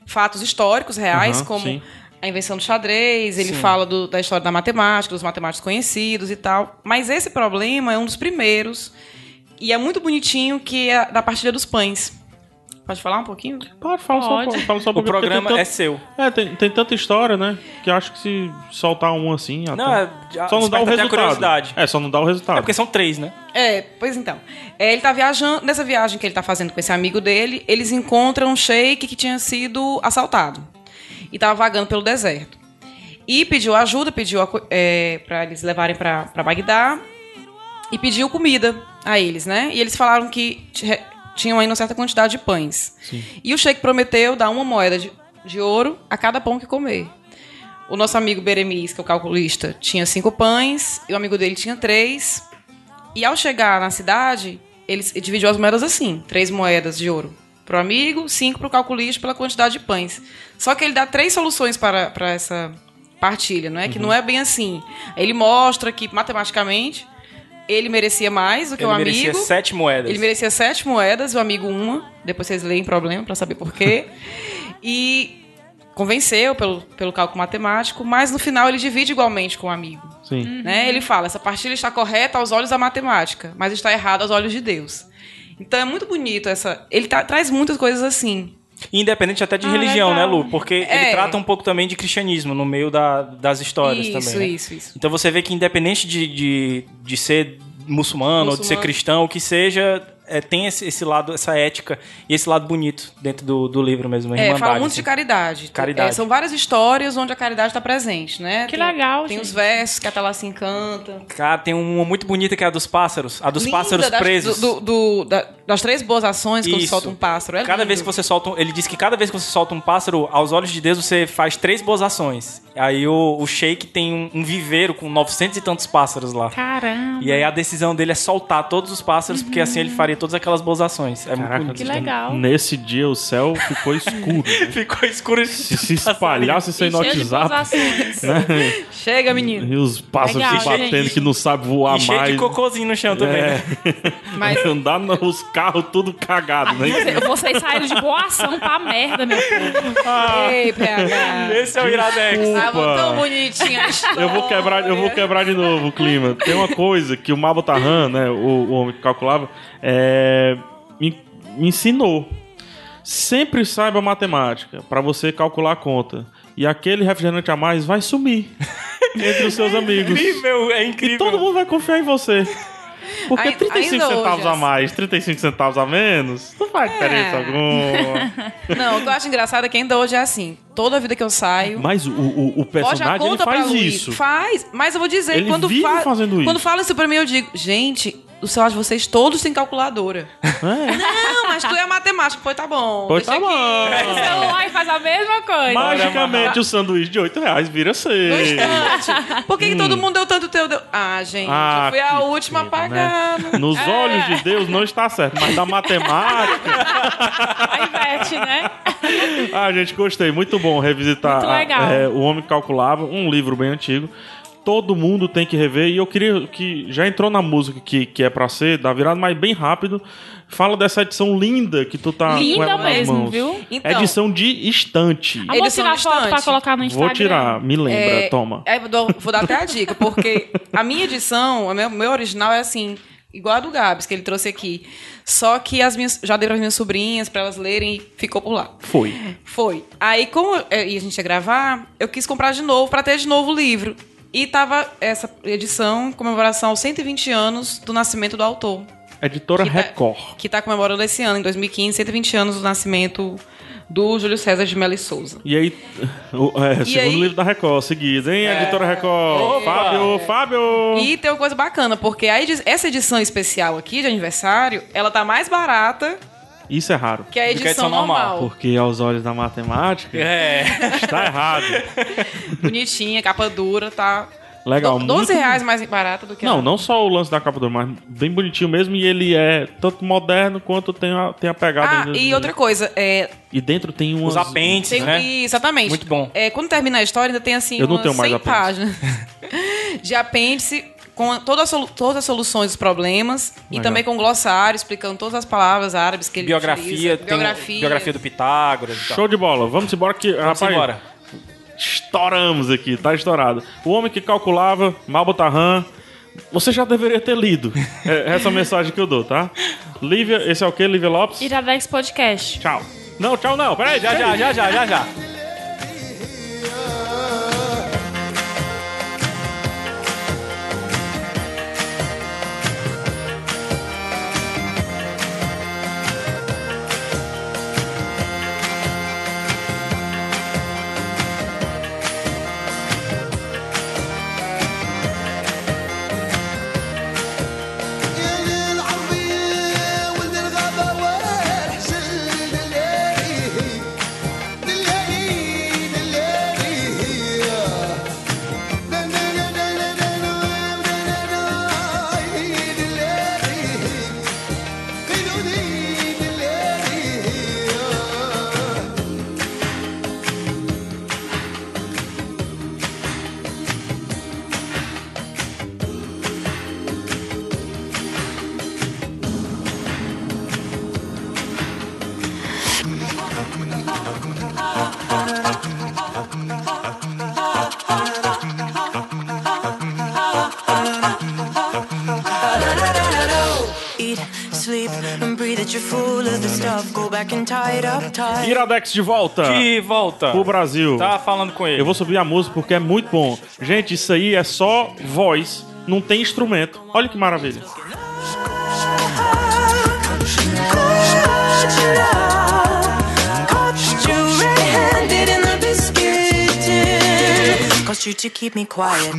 fatos históricos reais,
Aham,
como
sim.
a invenção do xadrez, ele
Sim.
fala do- da história da matemática, dos matemáticos conhecidos e tal. Mas esse problema é um dos primeiros. E é muito bonitinho que é da partilha dos pães. Pode falar um pouquinho?
Pode, fala só, um
Pode.
pouco, fala só um
O
pouquinho, porque
programa
tem
é
tanto-
seu.
É, tem, tem tanta história, né? Que acho que se soltar um assim. até-
Não, é,
só não dá o
desperta até a
resultado.
curiosidade.
É, só não dá o resultado.
É porque são três, né?
É, pois então. É, ele tá viajando. Nessa viagem que ele tá fazendo com esse amigo dele, eles encontram um sheik que tinha sido assaltado. E tava vagando pelo deserto. E pediu ajuda, pediu a, co- é, pra eles levarem pra, pra Bagdá. E pediu comida a eles, né? E eles falaram que ti- tinham ainda uma certa quantidade de pães. E o sheik prometeu dar uma moeda de, de ouro a cada pão que comer. O nosso amigo Beremis, que é o calculista, tinha cinco pães. E o amigo dele tinha três. E ao chegar na cidade, ele s- dividiu as moedas assim: três moedas de ouro pro amigo, cinco pro calculista pela quantidade de pães. Só que ele dá três soluções para, para essa partilha, não é?
Uhum.
Que não é bem assim. Ele mostra que matematicamente ele merecia mais do que
ele
o amigo.
merecia sete moedas.
Ele merecia sete moedas, o amigo uma. Depois vocês leem problema pra saber por quê. e convenceu pelo, pelo cálculo matemático, mas no final ele divide igualmente com o amigo.
Sim.
Uhum.
Né? Ele fala: essa partilha está correta aos olhos da matemática, mas está errada aos olhos de Deus. Então é muito bonito essa. Ele tá- traz muitas coisas assim.
Independente até de
Ah,
religião,
legal.
né, Lu? Porque ele
É.
trata um pouco também de cristianismo no meio da- das histórias
isso,
também. né?
isso, isso.
Então você vê que independente de, de, de ser muçulmano ou de ser
Muçulmano.
cristão, o que seja, é, tem esse, esse lado, essa ética e esse lado bonito dentro do, do livro mesmo. a
É,
irmandade,
fala muito
assim.
de caridade.
Caridade.
É, são várias histórias onde a caridade está presente, né?
Que
Tem-
legal,
Tem
gente.
os versos que a Talassi encanta.
Cara, tem uma muito bonita que é a dos pássaros. A dos
Linda,
pássaros
das,
presos.
do- do- da- das três boas ações quando
Isso.
solta um pássaro. É
Cada
lindo.
vez que você solta um, Ele diz que cada vez que você solta um pássaro, aos olhos de Deus, você faz três boas ações. Aí o, o Sheik tem um, um viveiro com 900 e tantos pássaros lá.
tá. Caramba.
E aí a decisão dele é soltar todos os pássaros, porque
Uhum.
assim ele faria todas aquelas boas ações. É muito bonito.
Que legal.
Nesse dia o céu ficou escuro. né?
Ficou escuro.
Se se espalhasse
Cheio
sem
de boas
notizar.
ações.
né?
Chega, menino.
E os pássaros
Legal,
se batendo
gente.
que não sabe voar
E cheio de
mais.
cocôzinho no chão também. né?
Mas
Andar nos carros tudo cagado, né?
Você- Vocês saíram de boa ação pra merda, meu povo.
Ah.
Ei, PH.
Esse é o Iradex.
Tava
Desculpa.
tão bonitinha a
Eu vou quebrar, eu vou
história.
quebrar de novo o clima. Tem uma coisa que o Mabo Tarran, né, o, o homem que calculava, é, me, me ensinou. Sempre saiba matemática para você calcular a conta. E aquele refrigerante a mais vai sumir entre os seus amigos.
Incrível, é incrível.
Todo mundo vai confiar em você. Porque
Ai-
35
ainda hoje,
centavos a
assim. É.
mais, 35 centavos a menos, não faz diferença alguma.
Não, o que eu acho engraçado é que ainda hoje é assim. Toda vida que eu saio.
Mas o, o- o
Pode a
personagem ele
conta pra
faz
Luiz.
isso.
Faz, mas eu vou dizer,
Ele
quando
vive
fala.
fazendo isso.
Quando fala isso pra mim, eu digo, gente, o celular de vocês todos tem calculadora.
É.
Não, mas tu é matemática. Pois tá bom.
Pois tá
deixa aqui.
O
bom.
celular faz a mesma coisa.
Magicamente o sanduíche de 8 reais vira
No
6.
instante. Por que, que todo mundo deu tanto teu... deu- Ah, gente, eu fui a
Hum. que
última a
pena,
pagar. É.
né? Nos olhos de Deus não está certo, mas da matemática.
A Ivete, né?
ah, gente, gostei. Muito bom revisitar
Muito
a-
legal.
é, O Homem que Calculava, um livro bem antigo. Todo mundo tem que rever. E eu queria que. Já entrou na música que, que é pra ser, da virada, mas bem rápido. Fala dessa edição linda que tu tá com
Linda
ela nas
mesmo,
mãos.
viu?
Então,
edição de estante.
Amor,
Eles são
tirar foto pra
distantes.
colocar tá no Instagram.
Vou tirar, me lembra,
é,
toma.
é, eu dou- vou dar até a dica, porque a minha edição, o meu, meu original é assim, igual a do Gabs, que ele trouxe aqui. Só que as minhas, já dei para minhas sobrinhas, para elas lerem, e ficou por lá.
Foi.
Foi. Aí, como é, e a gente ia gravar, eu quis comprar de novo pra ter de novo o livro. E tava essa edição, comemoração aos 120 anos do nascimento do autor.
Editora
Que tá-
Record.
Que tá comemorando esse ano, em 2015, 120 anos do nascimento do Júlio César de Melo e Souza.
E aí, o- é,
E
segundo
aí-
livro da Record, seguido, hein, editora Record?
Opa!
Fábio, Fábio!
E tem uma coisa bacana, porque a edi- essa edição especial aqui de aniversário, ela tá mais barata
Isso é raro.
que a
Do que a
edição,
edição normal.
normal.
Porque aos olhos da matemática,
É.
está errado.
Bonitinha, capa dura, tá.
Legal,
Do- 12
muito-
reais mais barata do que
Não,
a...
não só o lance da capa do mar, mas bem bonitinho mesmo. E ele é tanto moderno quanto tem a, tem a pegada.
Ah,
ainda assim.
e
do-
outra coisa, é,
E dentro tem umas...
Os apêndices,
Tem,
né?
e- Exatamente.
Muito bom.
É, quando termina a história, ainda tem assim
Eu não
umas
tenho mais
100
apêndice.
páginas de apêndice com a- toda a solu- todas as soluções dos problemas e
Legal.
também com glossário, explicando todas as palavras árabes que ele
Biografia,
utiliza.
tem biografia. do Pitágoras e tal.
Show de bola. Vamos embora que,
Vamos
rapaz,
embora.
estouramos aqui, tá estourado. O homem que calculava, Malbo Tarran, você já deveria ter lido É essa mensagem que eu dou, tá? Lívia, esse é o quê? Lívia Lopes?
Iradex Podcast.
Tchau. Não, tchau não, peraí,
Já, já, já, já, já, já.
Eat, sleep, and breathe that you're full of the stuff. Go back and tie it up tight.
Iradex de volta
De volta.
pro Brasil.
Tá falando com ele.
Eu vou subir a música porque é muito bom. Gente, isso aí é só voz, não tem instrumento. Olha que maravilha.
Caught you out. Caught you red-handed in the biscuit tin. Cost you to keep me quiet.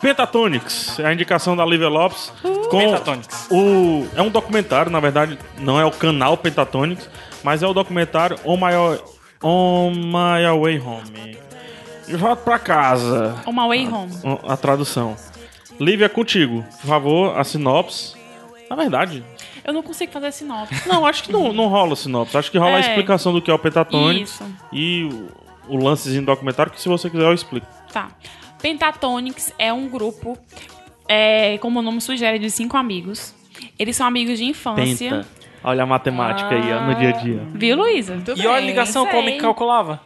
Pentatonics, é a indicação da Lívia Lopes.
Uh,
Com
Tá, Pentatonics.
O, é um documentário, na verdade, não é o canal Pentatonics, mas é o documentário On My, Way- On My Way Home. De volta pra casa.
Uma way
Ah.
home.
A tradução. Lívia, contigo. Por favor, a sinopse. Na verdade,
Eu não consigo fazer sinopse.
não, acho que não, não rola a sinopse. Acho que rola a
É.
explicação do que é o Pentatonics
Isso.
e o, o lancezinho do documentário, que se você quiser eu explico.
Tá. Pentatonics é um grupo, é, como o nome sugere, de cinco amigos. Eles são amigos de infância.
Penta. Olha a matemática aí, ó, no dia a
Ah.
dia.
Viu, Luísa?
E olha a ligação
sei.
com o homem que calculava.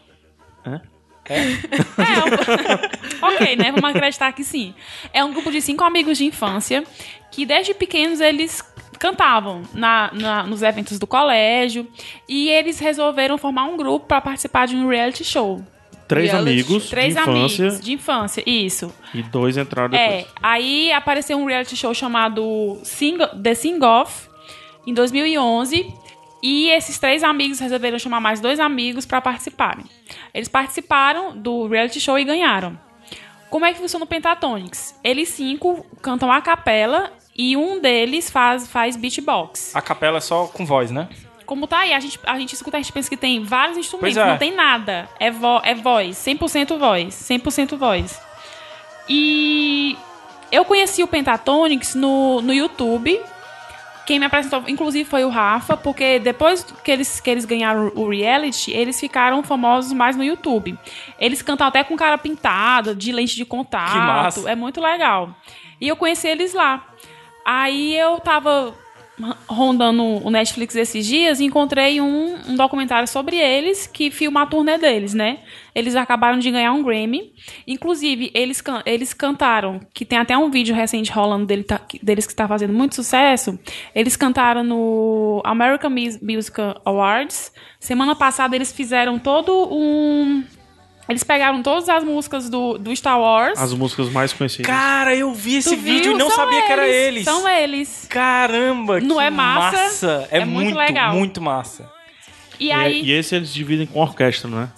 É, um- ok, né? Vamos acreditar que sim. É um grupo de cinco amigos de infância que desde pequenos eles cantavam na, na- nos eventos do colégio e eles resolveram formar um grupo para participar de um reality show.
Três
Reality.
amigos
Três
de infância
amigos de infância, isso.
e dois entraram
É,
depois.
aí apareceu um reality show chamado Sing The Sing Off em 2011 e esses três amigos resolveram chamar mais dois amigos para participarem. Eles participaram do reality show e ganharam. Como é que funciona o Pentatonix? Eles cinco cantam a capela E um deles faz, faz beatbox.
A capela é só com voz, né?
Como tá aí, a gente, a gente escuta, a gente pensa que tem vários instrumentos,
Pois é.
não tem nada. É, vo, é voz, 100% voz, 100% voz. E eu conheci o Pentatonix no, no YouTube. Quem me apresentou, inclusive, foi o Rafa, porque depois que eles, que eles ganharam o reality, eles ficaram famosos mais no YouTube. Eles cantam até com cara pintada, de lente de contato.
Que massa.
É muito legal. E eu conheci eles lá. Aí eu tava rondando o Netflix esses dias e encontrei um, um documentário sobre eles que filma a turnê deles, né? Eles acabaram de ganhar um Grammy. Inclusive, eles, can- eles cantaram, que tem até um vídeo recente rolando dele tá- que- deles que está fazendo muito sucesso. Eles cantaram no American Mus- Music Awards. Semana passada eles fizeram todo um. Eles pegaram todas as músicas do, do Star Wars.
As músicas mais conhecidas.
Cara, eu vi
Tu
esse vídeo
viu?
e não
São
sabia que era eles.
São eles.
Caramba,
Não
que
é massa?
É,
É muito
muito,
legal.
muito massa.
E
E, é-
aí.
e esse eles dividem com orquestra, né?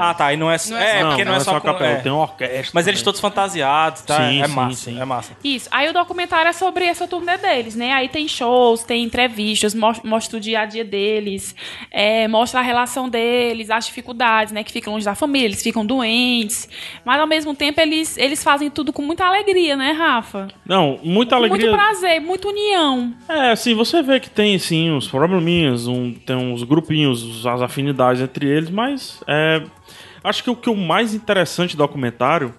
Ah, tá. E não é,
Não é
é,
só
é porque não, é só
a
com,
capela,
é.
tem uma orquestra.
Mas eles
também.
todos fantasiados, tá?
Sim,
é
sim,
massa,
sim.
é massa.
Isso. Aí o documentário é sobre essa turnê deles, né? Aí tem shows, tem entrevistas, mos- mostra o dia a dia deles, é, mostra a relação deles, as dificuldades, né? Que ficam longe da família, eles ficam doentes. Mas ao mesmo tempo eles, eles fazem tudo com muita alegria, né, Rafa?
Não, muita
Com
alegria.
Muito prazer, muita união.
É, assim, você vê que tem, sim, uns probleminhas, um, tem uns grupinhos, as afinidades entre eles, mas é, acho que o que o mais interessante do documentário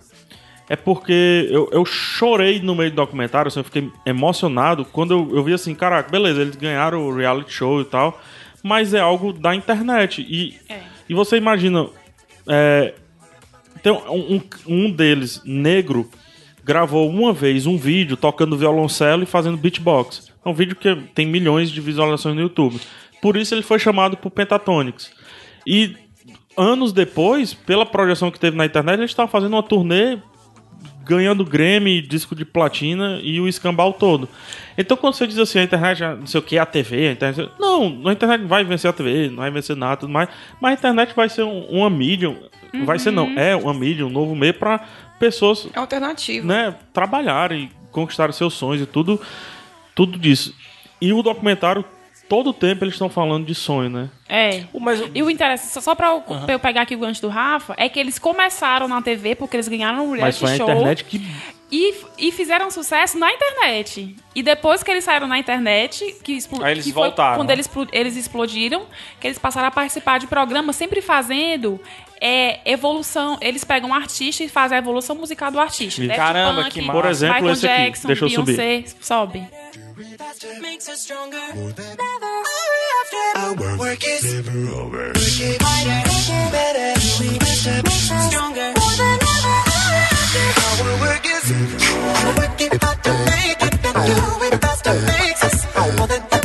é porque eu, eu chorei no meio do documentário, assim, eu fiquei emocionado quando eu, eu vi assim, caraca, beleza, eles ganharam o reality show e tal, mas é algo da internet. E, e você imagina, é, tem um, um, um deles, negro, gravou uma vez um vídeo tocando violoncelo e fazendo beatbox. É um vídeo que tem milhões de visualizações no YouTube. Por isso ele foi chamado pro Pentatonix. E anos depois, pela projeção que teve na internet, ele estava fazendo uma turnê ganhando Grammy, disco de platina e o escambau todo. Então quando você diz assim, a internet, ah, não sei o que, a TV, a internet... Não, a internet não vai vencer a TV, não vai vencer nada, tudo mais. Mas a internet vai ser um, uma mídia, vai ser
Uhum.
não, é uma mídia, um novo meio para pessoas
É alternativo.
né, trabalharem, conquistarem seus sonhos e tudo, tudo disso. E o documentário, todo tempo eles estão falando de sonho, né?
É.
Mas
E o interessante, só- só pra eu, pra eu pegar aqui o gancho do Rafa, é que eles começaram na TV porque eles ganharam um reality
Mas foi a
show.
internet que
E, e fizeram sucesso na internet. E depois que eles saíram na internet, que, explo-
Aí eles
que foi
voltaram. né?
quando eles, explo- eles explodiram, que eles passaram a participar de programas, sempre fazendo é, evolução. Eles pegam um artista e fazem a evolução musical do artista. Daft
Caramba,
Punk,
que massa.
Por exemplo,
Michael
esse aqui.
Jackson,
Deixa eu subir.
Beyoncé, sobe.
makes us stronger. Never hurry after our work is never over. Work it harder, work it better. We must have makes us stronger. More than ever hurry after our work is never over. Work it hard to make it, then do it faster makes us more than ever.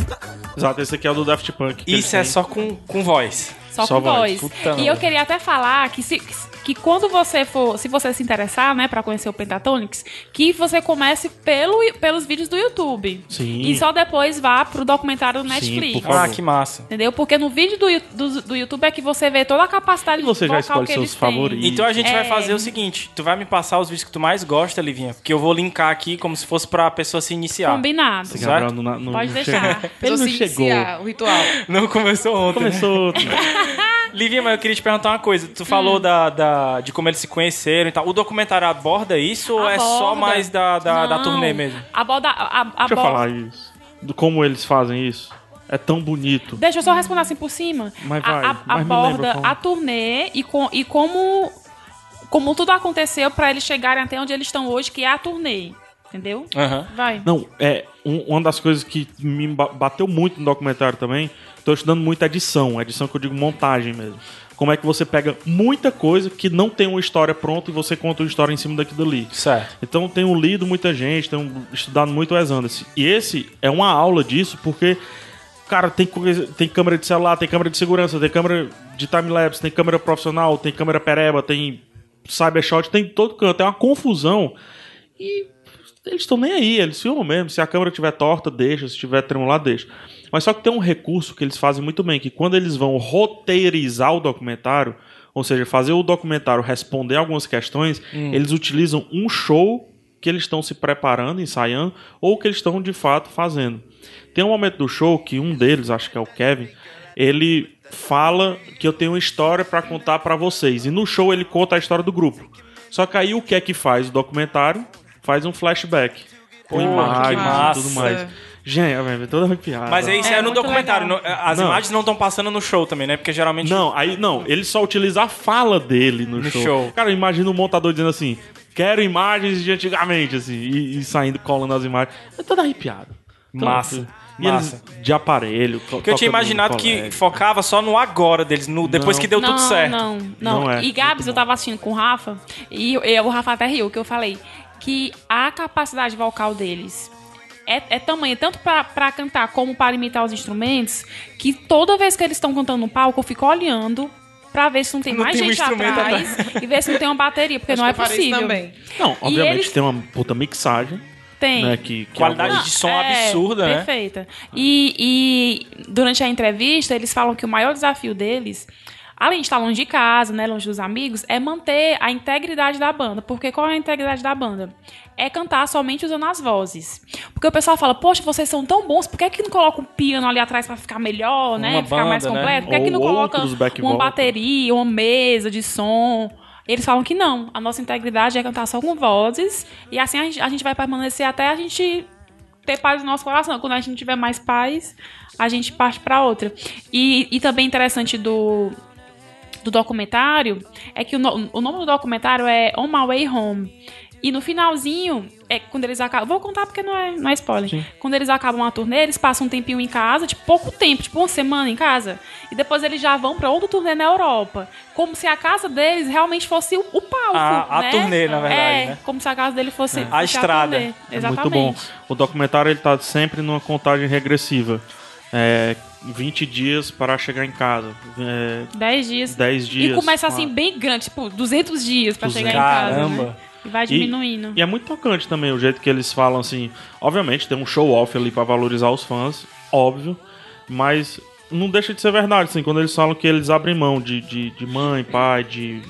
Exato, esse aqui é o do Daft Punk. que eles
Isso é
têm.
só com, com voz.
Só,
Só
com
voz.
voz.
Puta
E
merda.
eu queria até falar que, se, que quando você for, se você se interessar, né, pra conhecer o Pentatonix, que você comece pelo, pelos vídeos do YouTube.
Sim.
E só depois vá pro documentário do
Sim,
Netflix.
por favor.
Ah, que massa.
Entendeu? Porque no vídeo do, Yu- do, do YouTube é que você vê toda a capacidade
E você já
vocal
escolhe
que
seus
eles têm.
favoritos.
Então a gente vai
É.
fazer o seguinte: tu vai me passar os vídeos que tu mais gosta, Livinha, porque eu vou linkar aqui como se fosse pra pessoa se iniciar.
Combinado.
Esse
Sim.
Gabriel
certo?
não, não-
Pode
não
deixar.
chegou.
Pessoa
Ele não
se
chegou.
iniciar, o ritual.
Não começou ontem. né?
Começou.
Livinha, mas eu queria te perguntar uma coisa. Tu
Hum.
falou da, da- de como eles se conheceram e tal. O documentário aborda isso ou é só
Aborda.
mais da, da, da
Não.
turnê mesmo?
Aborda, a, a,
Deixa eu
aborda-
falar isso. Do como eles fazem isso. É tão bonito.
Deixa eu só responder assim por cima.
Mas vai,
a, a,
mas me
aborda
lembra como.
a turnê e, com, e como, como tudo aconteceu pra eles chegarem até onde eles estão hoje, que é a turnê. Entendeu?
Ah.
Aham.
Vai.
Não, é um- uma das coisas que me ba- bateu muito no documentário também. Tô estudando muito edição, edição que eu digo montagem mesmo. Como é que você pega muita coisa que não tem uma história pronta e você conta uma história em cima daquilo ali.
Certo.
Então tenho lido muita gente, tenho estudado muito o Wes Anderson. E esse é uma aula disso, porque, cara, tem, coisa- tem câmera de celular, tem câmera de segurança, tem câmera de time-lapse, tem câmera profissional, tem câmera pereba, tem cybershot, tem todo canto. É uma confusão. E eles estão nem aí, eles filmam mesmo. Se a câmera estiver torta, deixa. Se estiver tremular, deixa. Mas só que tem um recurso que eles fazem muito bem, que quando eles vão roteirizar o documentário, ou seja, fazer o documentário responder algumas questões, eles utilizam um show que eles estão se preparando, ensaiando, ou o que eles estão de fato fazendo. Tem um momento do show que um deles, acho que é o Kevin, ele fala que eu tenho uma história pra contar pra vocês. E no show ele conta a história do grupo. Só que aí o que é que faz o documentário? Faz um flashback. Com imagens e tudo
massa.
mais. Gente, é toda arrepiada.
Mas é isso aí
É
no
muito
documentário.
legal.
não- as
Não.
imagens não estão passando no show também, né? Porque geralmente.
Não, aí não, ele só utiliza a fala dele no,
No
show.
show.
Cara, imagina o montador dizendo assim: quero imagens de antigamente, assim, e, e saindo colando as imagens. É Eu tô arrepiado. Então,
Massa,
E eles
massa.
de aparelho. co-
Porque eu
tocando
tinha
no
imaginado que
colégio.
focava só no agora deles, no, depois
Não.
que deu
não,
tudo certo.
Não, não,
Não é.
E Gabs, eu tava assistindo com o Rafa, e eu, eu- o Rafa até riu, que eu falei que a capacidade vocal deles é, é tamanha, tanto pra, pra cantar como para imitar os instrumentos, que toda vez que eles estão cantando no palco, eu fico olhando pra ver se não tem
Não
mais
tem um
gente
instrumento
atrás e ver se não tem uma bateria, porque
Acho
não
que
é
eu farei isso
possível.
também.
Não,
E
obviamente
eles-
tem uma puta mixagem.
Tem.
Né, que, que
Qualidade
é
de som absurda, né?
Perfeita. E, e durante a entrevista, eles falam que o maior desafio deles, além de estar longe de casa, né, longe dos amigos, é manter a integridade da banda. Porque qual é a integridade da banda? É cantar somente usando as vozes. Porque o pessoal fala, poxa, vocês são tão bons, por que, que não coloca um piano ali atrás pra ficar melhor, né?
Uma
ficar mais
banda, né?
completo? Por que, é que
Ou
não coloca
outros back
uma
vocal.
bateria, uma mesa de som? Eles falam que não, a nossa integridade é cantar só com vozes, e assim a gente, a gente vai permanecer até a gente ter paz no nosso coração. Quando a gente não tiver mais paz, a gente parte pra outra. E, e também interessante do, do documentário é que o, no- o nome do documentário é On My Way Home. E no finalzinho, é quando eles acabam. Vou contar porque não é, não é spoiler. Quando eles acabam a turnê, eles passam um tempinho em casa, tipo pouco tempo, tipo uma semana em casa. E depois eles já vão pra outro turnê na Europa. Como se a casa deles realmente fosse o, o palco.
A- a
né?
turnê, na verdade,
É,
né?
como se a casa dele fosse. fosse
estrada.
turnê.
É
Exatamente.
Muito bom. O documentário ele tá sempre numa contagem regressiva. É, 20 dias para chegar em casa. É,
10 dias.
10 dias.
E começa assim
uma-
bem grande, tipo 200 dias pra
200.
chegar em casa.
Caramba.
né? E vai
E-
diminuindo.
E é muito tocante também o jeito que eles falam assim. Obviamente tem um show off ali pra valorizar os fãs, óbvio, mas não deixa de ser verdade, assim, quando eles falam que eles abrem mão de, de, de mãe, pai, de.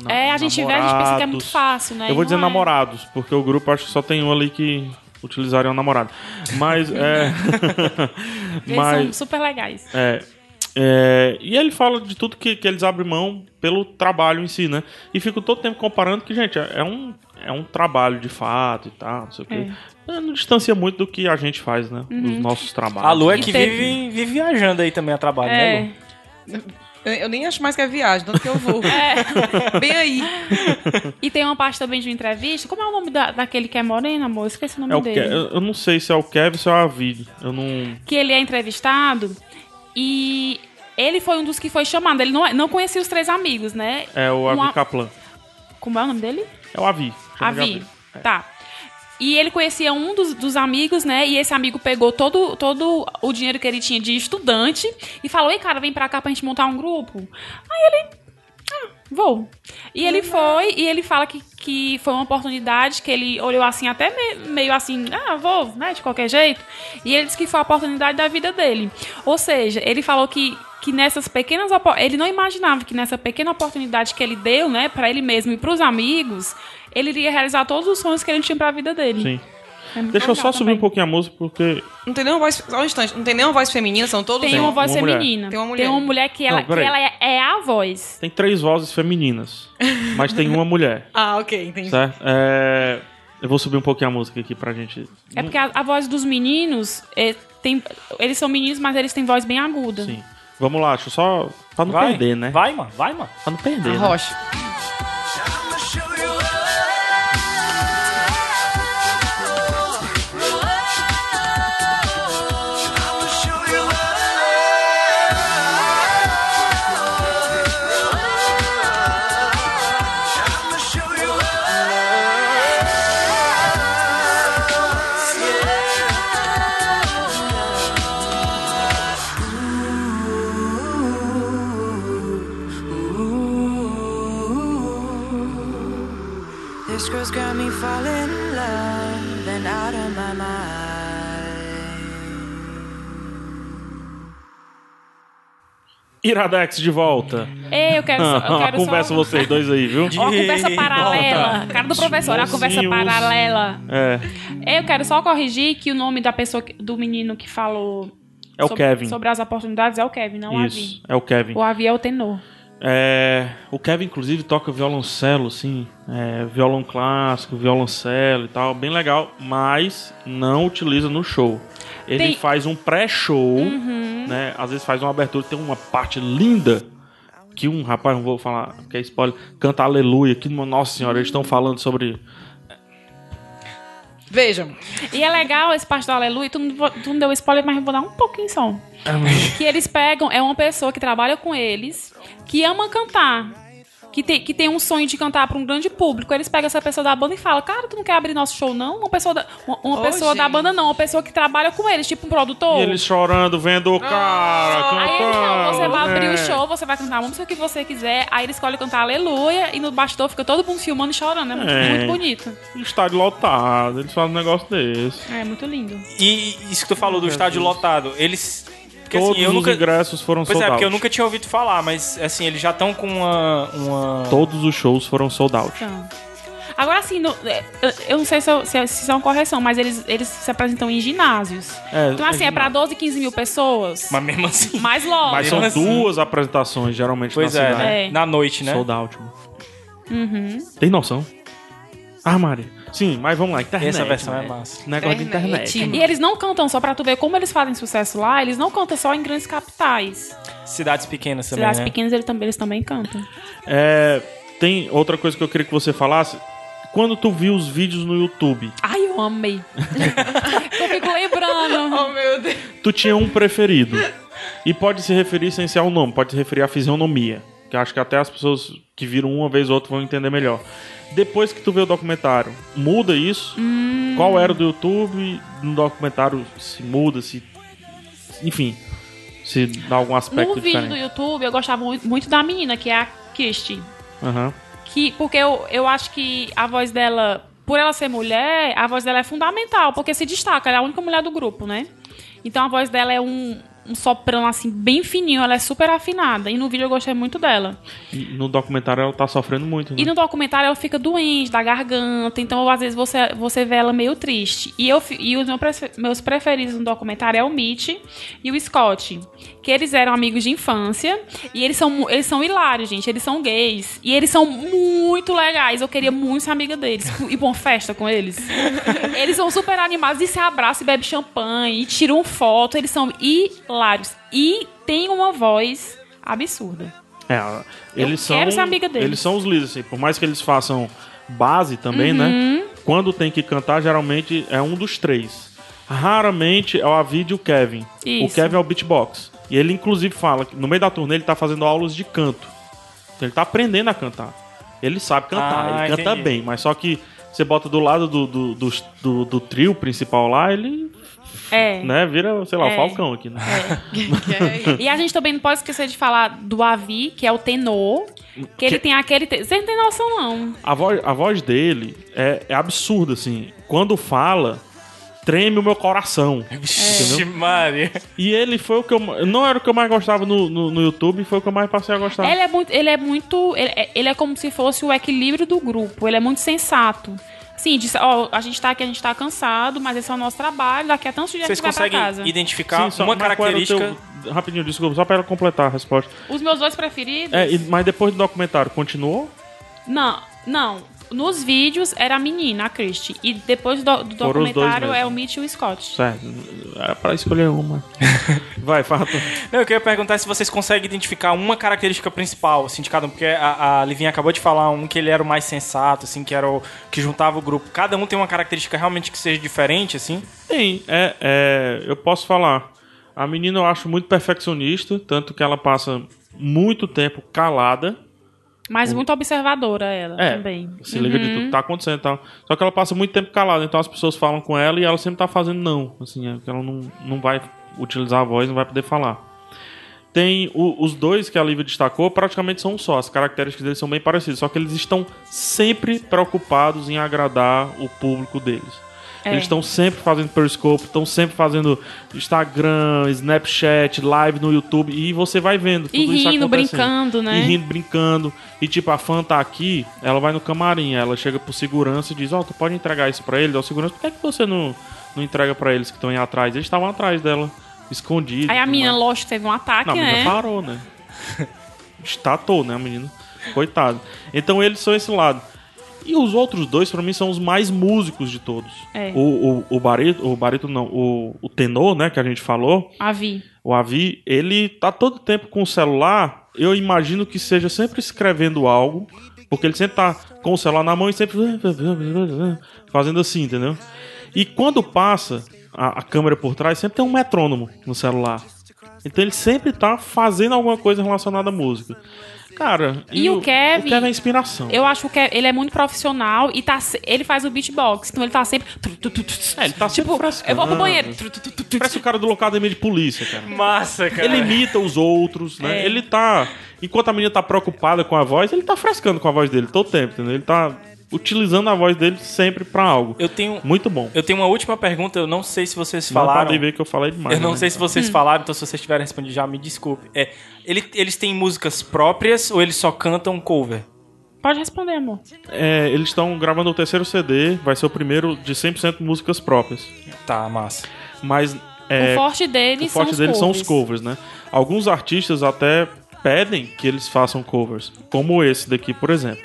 na-
é, a gente vê, a gente pensa que é muito
namorados.
fácil, né?
Eu
E
vou
não
dizer
é.
namorados, porque o grupo acho que só tem um ali que utilizaria um namorado. Mas é.
Eles são super legais.
É, é, e ele fala de tudo que, que eles abrem mão pelo trabalho em si, né? E fico todo tempo comparando que, gente, é é um, é um trabalho de fato e tal, não sei o quê. É, Não distancia muito do que a gente faz, né?
Uhum.
Dos nossos trabalhos.
A Lu é
E
que
teve-
vive, vive viajando aí também a
Tá
trabalho, né,
É.
Lu?
Eu, eu nem acho mais que é viagem, tanto que eu vou. Bem aí.
é. E tem uma parte também de uma entrevista. Como é o nome da- daquele que é moreno, amor? Eu Esqueci o nome
É o Ke-
dele.
eu, eu não sei se é o Kevin ou se é o Avid. Eu não.
que ele é entrevistado e ele foi um dos que foi chamado. Ele não, não conhecia os três amigos, né?
É o Avi
Uma-
Kaplan.
Como é o nome dele?
É o Avi. é. chama de
Avi. Tá. E ele conhecia um dos, dos amigos, né? E esse amigo pegou todo, todo o dinheiro que ele tinha de estudante e falou: Ei, cara, vem pra cá pra gente montar um grupo. Aí ele. "Ah, Vou. E ele foi, e ele fala que, que foi uma oportunidade que ele olhou assim, até me- meio assim, ah, vou, né, de qualquer jeito. E ele disse que foi a oportunidade da vida dele. Ou seja, ele falou que, que nessas pequenas. opo- Ele não imaginava que nessa pequena oportunidade que ele deu, né, pra ele mesmo e pros amigos, ele iria realizar todos os sonhos que ele tinha pra vida dele.
Sim.
É muito
Deixa eu
legal
só subir
também.
um pouquinho a música, porque.
Não tem nenhuma voz. Só um instante. Não tem nenhuma voz feminina, são todos.
Tem uma voz
uma mulher.
feminina.
Tem uma mulher.
que ela,
Não,
que
peraí.
ela é, é a voz.
Tem três vozes femininas, mas tem uma mulher,
Ah, ok, entendi.
certo? É, Eu vou subir um pouquinho a música aqui pra gente. Hum,
É porque a, a voz dos meninos. é, tem, eles são meninos, mas eles têm voz bem aguda.
Sim. Vamos lá, deixa eu só. Pra não
Vai,
perder, né?
vai, mano, vai, mano.
Pra não perder.
A
né?
Rocha.
I'ma show you Ooh.
Iradex de volta. Ah,
Ei, eu quero só. Eu quero
Conversa
só...
vocês dois aí, viu?
Ó, a conversa paralela. Cara do professor, a conversa
Mocinhos.
paralela.
É,
Eu quero só corrigir que o nome da pessoa, que- do menino que falou
é o
sobre,
Kevin.
sobre as oportunidades é o Kevin, não o Avi.
Isso, é o Kevin.
O Avi é o tenor.
É, o Kevin, inclusive, toca violoncelo, sim. É, violão clássico, violoncelo e tal. Bem legal, mas não utiliza no show. Ele
Tem- Uhum.
faz um pré-show, né? Às vezes faz uma abertura, tem uma parte linda que um rapaz, não vou falar, que é spoiler, canta aleluia. Que, nossa senhora, eles estão falando sobre
Vejam.
E é legal esse parte do Aleluia, tu não, vou- tu não deu spoiler, mas eu vou dar um pouquinho só. que eles pegam, é uma pessoa que trabalha com eles, que ama cantar. Que tem, que tem um sonho de cantar pra um grande público. Eles pegam essa pessoa da banda e falam: Cara, tu não quer abrir nosso show, não? Uma pessoa da, uma, uma
Ô,
pessoa da
gente.
banda, não. Uma pessoa que trabalha com eles, tipo um produtor.
E ele chorando, vendo o cara
Ah, Aí
cantando.
ele fala, você vai abrir
né?
o show, você vai cantar a música que você quiser. Aí ele escolhe cantar Aleluia e no bastidor fica todo mundo filmando e chorando. É muito,
É.
muito bonito.
Estádio lotado, eles fazem um negócio desse.
É muito lindo.
E isso que tu falou do estádio lotado, eles. Porque
Todos
assim, eu
os
nunca.
ingressos foram
Pois é,
sold out.
porque eu nunca tinha ouvido falar, mas assim, eles já estão com uma. uma...
Todos os shows foram sold out.
Então. Agora assim, no- é, eu- eu não sei se, eu- se, se isso é uma correção, mas eles, eles se apresentam em ginásios.
É,
então assim, é, pra 12, 15 mil pessoas.
Mas mesmo assim.
Mais logo.
Mas são
Assim.
duas apresentações, geralmente,
Pois
na
é,
cidade.
né?
É.
Na noite, né?
assim, Sold out, mano. Tem noção? Ah, Mari. Sim, mas vamos lá. Internet.
Essa versão
né?
é massa.
Negócio de
Internet.
internet.
E eles não cantam, só pra tu ver como eles fazem sucesso lá, eles não cantam só em grandes capitais.
Cidades pequenas também.
Cidades
né?
pequenas eles também, eles também cantam.
É, tem outra coisa que eu queria que você falasse. Quando tu viu os vídeos no YouTube,
Ai, eu amei. eu fico lembrando.
Oh, meu Deus.
tu tinha um preferido. E pode se referir sem ser ao nome, pode se referir à fisionomia. Que eu acho que até as pessoas que viram uma vez ou outra vão entender melhor. Depois que tu vê o documentário, muda isso?
Hum.
Qual era o do YouTube? No documentário se muda, se. Enfim. Se dá algum aspecto
No vídeo do
diferente.
YouTube, eu gostava mu- muito da menina, que é a Kirsty.
Aham.
Que, porque eu, eu acho que a voz dela, por ela ser mulher, a voz dela é fundamental, porque se destaca, ela é a única mulher do grupo, né? Então a voz dela é um, um soprano, assim, bem fininho, ela é super afinada. E no vídeo eu gostei muito dela.
E No documentário ela tá sofrendo muito, né?
E no documentário ela fica doente da garganta, então às vezes você, você vê ela meio triste. E, eu, fi- e os meu prefe- meus preferidos no documentário é o Mitch e o Scott, que eles eram amigos de infância e eles são, mu- eles são hilários, gente. Eles são gays e eles são muito legais. Eu queria muito ser amiga deles e bom festa com eles. eles são super animados e se abraçam e bebem champanhe e tiram foto. Eles são hilários e tem uma voz absurda.
É, ela- eles são.
quero ser amiga deles.
Eles são os líderes, assim. Por mais que eles façam base também,
Uhum.
né? Quando tem que cantar, geralmente é um dos três. Raramente é o Avid e o Kevin. O
Isso.
Kevin é o beatbox. E ele, inclusive, fala que no meio da turnê ele tá fazendo aulas de canto. Então ele tá aprendendo a cantar. Ele sabe cantar,
Ah,
ele canta
entendi.
bem, mas só que você bota do lado do, do, do, do- do trio principal lá, ele,
É.
né, vira, sei lá, o
É.
Falcão aqui, né?
é
E a gente também não pode esquecer de falar do Avi, que é o tenor. Que, ele tem aquele. te- Vocês não tem noção, não.
A voz, a voz dele é, é absurda, assim. Quando fala, treme o meu coração. É.
Vixe, Maria.
E ele foi o que eu. ma- Não era o que eu mais gostava no, no, no YouTube, foi o que eu mais passei a gostar.
Ele é muito. Ele é, muito ele, é- ele é como se fosse o equilíbrio do grupo. Ele é muito sensato. Sim, diz, ó, a gente tá aqui, a gente tá cansado, mas esse é o nosso trabalho, daqui a tantos dias a
Vocês
gente vai pra
conseguem
casa.
identificar
só-
uma
mas qual era o
característica.
teu- rapidinho, desculpa, só pra ela completar a resposta.
Os meus dois preferidos?
É, e- mas depois do documentário, continuou?
Não, não. Nos vídeos era a menina, a Christie. E depois do, do
Foram os dois
documentário é
mesmo.
o Mitch e o Scott.
Certo. Era pra escolher uma. Vai, fala. tu.
Não, eu queria perguntar é se vocês conseguem identificar uma característica principal, assim, de cada um, porque a, a Livinha acabou de falar um que ele era o mais sensato, assim, que era o que juntava o grupo. Cada um tem uma característica realmente que seja diferente, assim.
Tem, é, é, eu posso falar. A menina eu acho muito perfeccionista, tanto que ela passa muito tempo calada.
Mas muito observadora ela
É,
também. Uhum.
se liga de tudo que tá acontecendo e tal. Só que ela passa muito tempo calada, então as pessoas falam com ela e ela sempre tá fazendo não. Assim, é que ela não, não vai utilizar a voz, não vai poder falar. Tem o- os dois que a Lívia destacou, praticamente são um só. As características deles são bem parecidas, só que eles estão sempre preocupados em agradar o público deles.
É.
Eles estão sempre fazendo Periscope, estão sempre fazendo Instagram, Snapchat, live no YouTube. E você vai vendo tudo
E
isso
rindo,
acontecendo.
brincando, né?
E rindo, brincando. E tipo, a fã tá aqui, ela vai no camarim, ela chega pro segurança e diz, ó, tu pode entregar isso pra ele? Ó, segurança, por que, é que você não, não entrega pra eles que estão aí atrás? Eles estavam atrás dela, escondidos.
Aí a
tudo
menina,
mais.
lógico, teve um ataque,
Não, a menina
né?
parou, né? Estatou, né, a menina? Coitado. Então eles são esse lado. E os outros dois, pra mim, são os mais músicos de todos.
É.
O, o, o Barito, o Barito não, o, o tenor, né, que a gente falou,
A Vi.
o Avi, ele tá todo tempo com o celular. Eu imagino que seja sempre escrevendo algo, porque ele sempre tá com o celular na mão e sempre fazendo assim, entendeu? E quando passa a, a câmera por trás, sempre tem um metrônomo no celular. Então ele sempre tá fazendo alguma coisa relacionada à música. Cara,
E o Kevin?
O Kevin é inspiração.
Eu acho que ele é muito profissional e tá, se- ele faz o beatbox, então ele tá sempre.
É, ele tá sempre
tipo,
frescando.
eu vou pro banheiro.
Parece o cara do Locademia de Polícia, cara.
Massa, cara.
Ele imita os outros, né? Ele tá. Enquanto a menina tá preocupada com a voz, ele tá frescando com a voz dele todo tempo, entendeu? Ele tá utilizando a voz dele sempre pra algo.
Eu tenho,
Muito bom.
eu tenho uma última pergunta, eu não sei se vocês
Não
falaram.
podem ver que eu falei demais.
Eu não
né?
sei se vocês falaram, então se vocês tiverem respondido já, me desculpe. É, ele- eles têm músicas próprias ou eles só cantam um cover?
Pode responder, amor.
É, eles estão gravando o terceiro CD, vai ser o primeiro de 100% músicas próprias.
Tá, massa.
Mas. É,
o forte dele
o forte
são,
deles
os
são os
covers.
covers, né? Alguns artistas até pedem que eles façam covers, como esse daqui, por exemplo.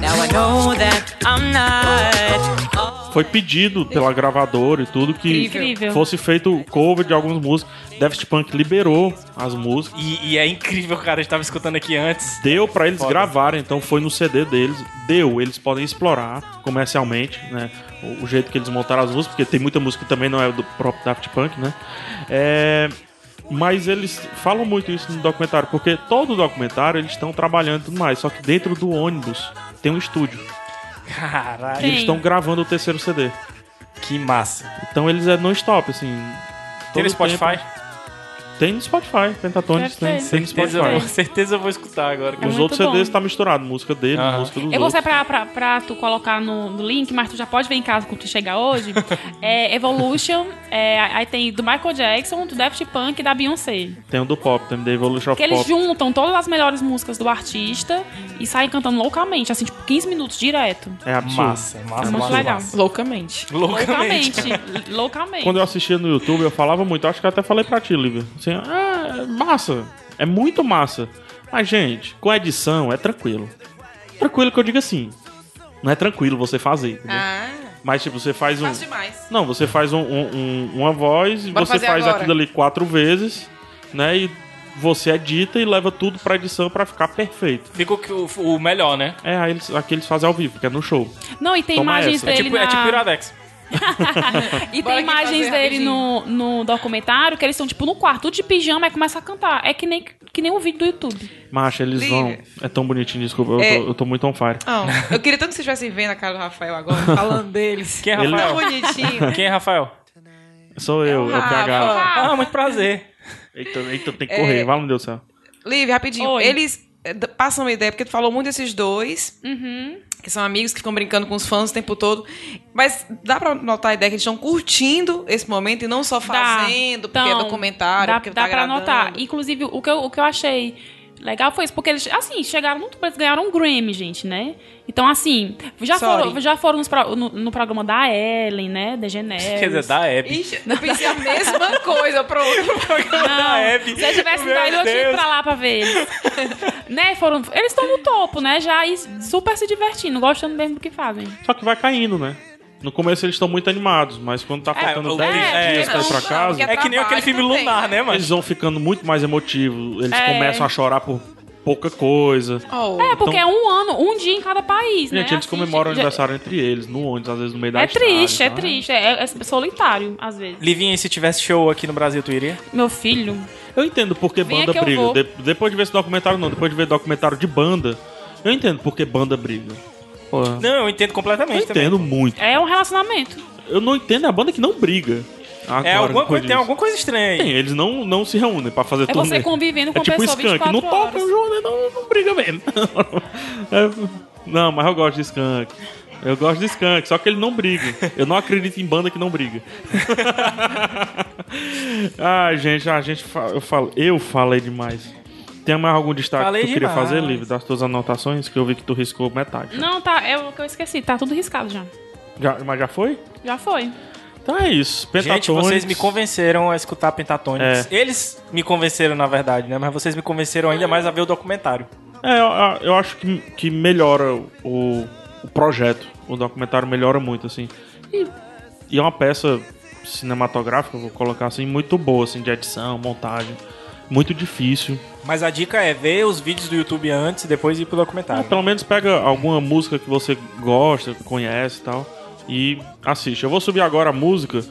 Now I know that I'm not.
Foi pedido pela gravadora e tudo que
Incrível.
fosse feito cover de algumas músicas. Daft Punk liberou as músicas,
E, e é incrível, cara, eu estava escutando aqui antes.
deu pra eles
Foda.
gravarem, então foi no CD deles, deu, eles podem explorar comercialmente, né? O, o jeito que eles montaram as músicas, porque tem muita música que também não é do próprio Daft Punk, né? É, Mas eles falam muito isso no documentário, porque todo documentário eles estão trabalhando e tudo mais, só que dentro do ônibus tem um estúdio.
Caralho,
E eles estão gravando o terceiro CD.
que massa.
Então eles é non-stop, assim.
Tem no
todo tempo- né?
Spotify?
Tem no Spotify, Pentatones
Deve
tem,
ter.
tem no
Certeza, né? eu vou,
Spotify.
certeza eu vou escutar agora.
É
Os
muito
outros
bom.
CDs tá misturado, música dele,
Aham.
música dos
Eu vou
outros.
ser pra, pra, pra tu colocar no, no link, mas tu já pode ver em casa quando tu chegar hoje. é Evolution, é, aí tem do Michael Jackson, do Daft Punk e da Beyoncé.
Tem o do pop, tem o da Evolution of
Que eles
Pop.
juntam todas as melhores músicas do artista e saem cantando loucamente, assim, tipo 15 minutos direto.
É absurdo.
Massa, massa,
É muito
massa,
legal.
massa.
Loucamente.
Loucamente.
Loucamente. Loucamente.
Quando eu assistia no YouTube, eu falava muito. Acho que eu até falei pra ti, Lívia. Assim, ah, é massa. É muito massa. Mas, gente, com edição é tranquilo. Tranquilo que eu digo assim. Não é tranquilo você fazer, entendeu?
Ah,
Mas, tipo, você faz um...
fácil demais.
Não, você faz um- um- um- uma voz,
Bora
você
fazer
faz
agora.
aquilo ali quatro vezes, né? E você edita e leva tudo pra edição pra ficar perfeito.
Ficou que o, o melhor, né?
É, aí eles, aqui eles fazem ao vivo, que é no show.
Não, e tem
Toma
imagens
essa. É
É
dele
tipo,
na...
é tipo Iradex.
E
Bora
tem
aqui
imagens
fazer
dele no, no documentário que eles estão, tipo, no quarto, tudo de pijama, e começa a cantar. É que nem, que nem um vídeo do YouTube.
Macha, eles
Lívia.
vão. É tão bonitinho, desculpa, eu,
É.
tô, eu tô muito on fire.
Não, Oh, eu queria tanto que vocês estivessem vendo a cara do Rafael agora, falando deles.
Quem é
Ele-
Rafael?
Tão bonitinho.
Quem é Rafael?
Sou
um
eu, é o PH.
Rafa.
Ah, muito prazer.
Eita, eita, tem que
É.
correr, valeu, meu Deus do céu.
Liv, rapidinho.
Oi.
Eles eh, d- passam uma ideia, porque tu falou muito desses dois,
Uhum.
que são amigos que ficam brincando com os fãs o tempo todo. Mas dá pra notar a ideia que eles estão curtindo esse momento e não só fazendo, porque
Então,
é documentário,
dá,
porque
dá
tá
pra
agradando.
notar. Inclusive, o que, eu, o que eu achei legal foi isso, porque eles, assim, chegaram muito perto, ganharam um Grammy, gente, né? Então, assim, já
Sorry.
foram, já foram nos pro- no, no programa da Ellen, né? Da Geneve.
Quer dizer, é. da Hebe.
Ixi, eu pensei a mesma coisa, pronto.
Não,
da Hebe.
Ah, se eu tivesse
Meu
ido, eu tinha
Deus.
ido pra lá pra ver eles. né? Foram, eles estão no topo, né? Já e super se divertindo, gostando mesmo do que fazem.
Só que vai caindo, né? No começo eles estão muito animados, mas quando tá faltando
o-
10
é,
dias pra ir
não,
pra
não,
casa,
porque
É que nem aquele
Trabalho
filme
também,
Lunar, né, mano?
eles vão ficando muito mais emotivos, eles
É.
começam a chorar por pouca coisa.
Oh.
É, porque é um ano, um dia em cada país, né?
então Gente, eles
Assim,
comemoram o
já-
aniversário entre eles, no ônibus, às vezes no meio da
É
estrada,
triste, é
tá?
triste. É, é solitário, às vezes.
Livinha, e se tivesse show aqui no Brasil, tu iria?
Meu filho.
Eu entendo porque
Vem
banda
aqui, eu
briga.
vou.
De- depois de ver esse documentário, não. Depois de ver documentário de banda, eu entendo porque banda briga. Pô,
Não, eu entendo
eu
completamente também.
entendo muito.
É um relacionamento.
Eu não entendo a banda que não briga. Agora
é alguma
depois
coisa, tem
disso.
alguma coisa estranha aí.
Sim, eles não, não se reúnem pra fazer
É
turnê.
você convivendo com
é
uma
tipo
pessoa
Skank, não
24
toca
horas.
o João, né? não, não briga mesmo. É, não, mas eu gosto de Skank. Eu gosto de Skank, só que ele não briga. Eu não acredito em banda que não briga. ah, gente, a gente fa- eu falo, eu falei demais. Tem mais algum destaque
Falei
que tu queria
demais.
fazer, Livre, das tuas anotações, que eu vi que tu riscou metade.
Não, tá, é o que eu esqueci. Tá tudo riscado já.
Já- mas já foi?
Já foi.
Então é isso. Pentatônicos. É.
Gente, vocês me convenceram a escutar Pentatonics. Eles me convenceram, na verdade, né? Mas vocês me convenceram ainda mais a ver o documentário.
É, eu, eu acho que, que melhora o, o projeto. O documentário melhora muito, assim. E, e é uma peça cinematográfica, vou colocar assim, muito boa, assim, de edição, montagem. Muito difícil.
Mas a dica é ver os vídeos do YouTube antes e depois ir pro
É,
documentário.
pelo menos pega alguma música que você gosta, conhece e tal, e assiste. Eu vou subir agora a música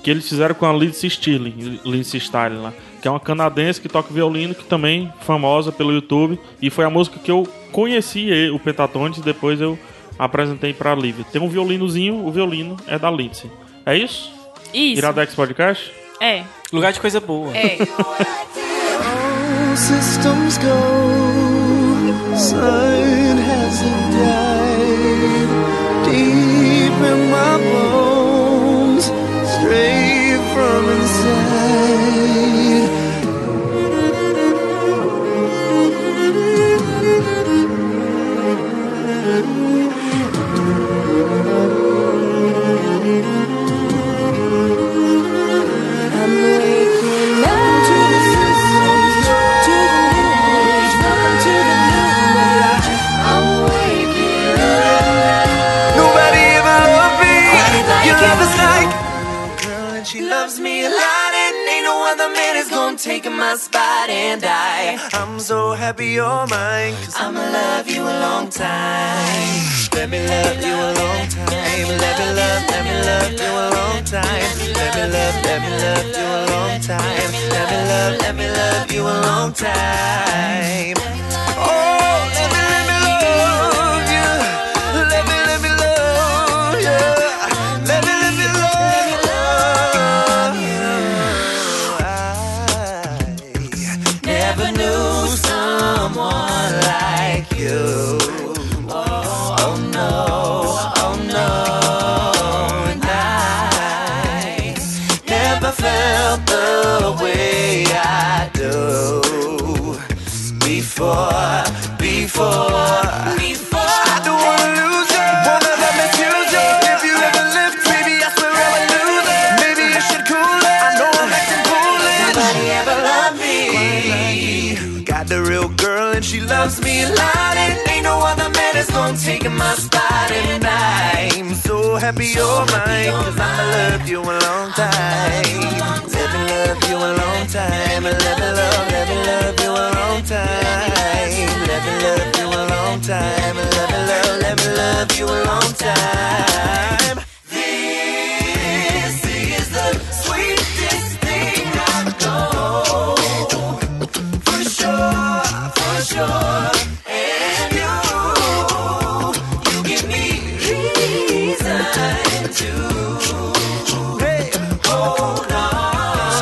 que eles fizeram com a Lindsay Stirling, Lindsay Stirling lá, que é uma canadense que toca violino, que também é famosa pelo YouTube, e foi a música que eu conheci eh, o Pentatontes, e depois eu apresentei pra Lívia. Tem um violinozinho, o violino é da Lindsay. É isso?
Isso.
Iradex Podcast?
É.
Lugar de coisa boa.
É.
All systems go. Sun hasn't died. Deep in my bones, straight from inside.
I'm waking up to the systems, to the new age, welcome to the new age. I'm waking up.
Nobody ever loved me.
Like
Your
it.
love is like. Girl, and she loves me a lot, and ain't no other man is gonna take my spot. And I, I'm so happy you're mine, cause I'ma love you a long time. Let me love you a long time. Let me love, let me love you a long time. Let me love, let me love you a long time. Let me love, let me love you a long time. Oh, let me, let me love you. Let me, let me love you. Let me, let me love you. I never knew someone like you. Oh, oh no, oh no. And I never felt the way I do before, before, before. I don't wanna lose you. Wanna let me choose you. If you ever live, baby, I swear I would lose it. Maybe you should cool it. I know I'm acting foolish. Nobody ever loved me. Got the real girl and she loves me a lot. And ain't no other man is gonna take my spot. And I'm so happy you're mine. Cause I'ma love you a long time. Let me love you a long time. Let me love, let me love you a long time. Let me love you a long time. Let me love, let me love you a long time. This is the sweetest thing I know. For sure, for sure. And you, you give me reason to hold on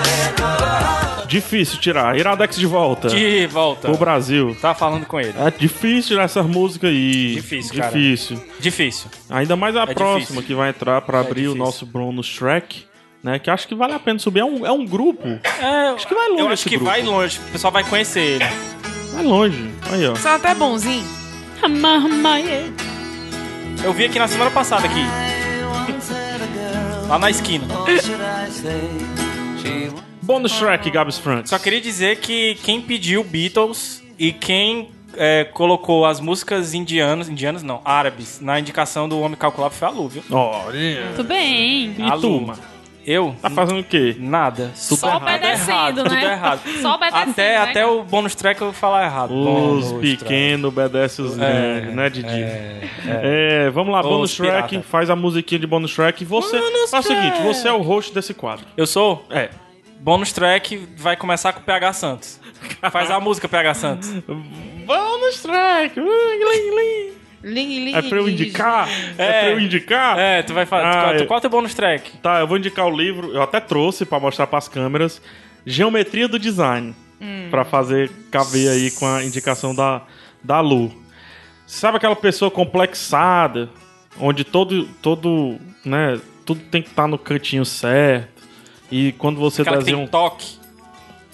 and on.
Difícil tirar. Iradex de volta.
De volta.
O Brasil.
Tá falando com ele.
É difícil tirar essas músicas aí.
Difícil, cara.
Difícil.
Difícil.
Ainda mais a
É
próxima
difícil. É
que vai entrar pra abrir o
difícil.
nosso Bruno Shrek, né? Que acho que vale a pena subir. É um, é um grupo.
acho que vai
longe
É, Eu acho
esse
que
grupo.
vai longe. O pessoal vai conhecer ele.
Vai longe. Aí, ó.
São até bonzinho.
Eu vi aqui na semana passada aqui. Lá na esquina.
Should I say she
Bônus Shrek, Gabs Franks.
Só queria dizer que quem pediu Beatles e quem é, colocou as músicas indianas, indianas não, árabes, na indicação do Homem Calculado foi a Lu, viu?
Olha.
Tudo bem.
E
a
tu?
Lu. Eu?
Tá fazendo o quê?
Nada.
Só
Tudo errado,
obedecendo,
Tudo
né?
errado.
Só obedecendo,
Até,
né?
até o bônus track eu vou falar errado.
Os
Bônus track.
pequenos obedecem os grandes, né, Didi? É, vamos lá,
Os
Bônus Shrek,
pirata.
faz a musiquinha de Bônus Shrek. E Você, faz o seguinte, você é o host desse quadro.
Eu sou?
É.
Bônus track vai começar com o PH Santos. Faz a música, PH Santos.
Bônus Shrek! Uh, glim, glim.
Ling, ling,
É pra eu
ling,
indicar? É, pra eu indicar?
É, tu vai falar.
Ah,
qual,
eu-
qual é o teu bônus track?
Tá, eu vou indicar o livro, eu até trouxe pra mostrar pras câmeras, Geometria do Design,
Hum.
Pra fazer caber aí com a indicação da, da Lu. Sabe aquela pessoa complexada, onde todo todo, né, tudo tem que estar no cantinho certo. E quando você
Aquela que
desenha
tem
um
toque.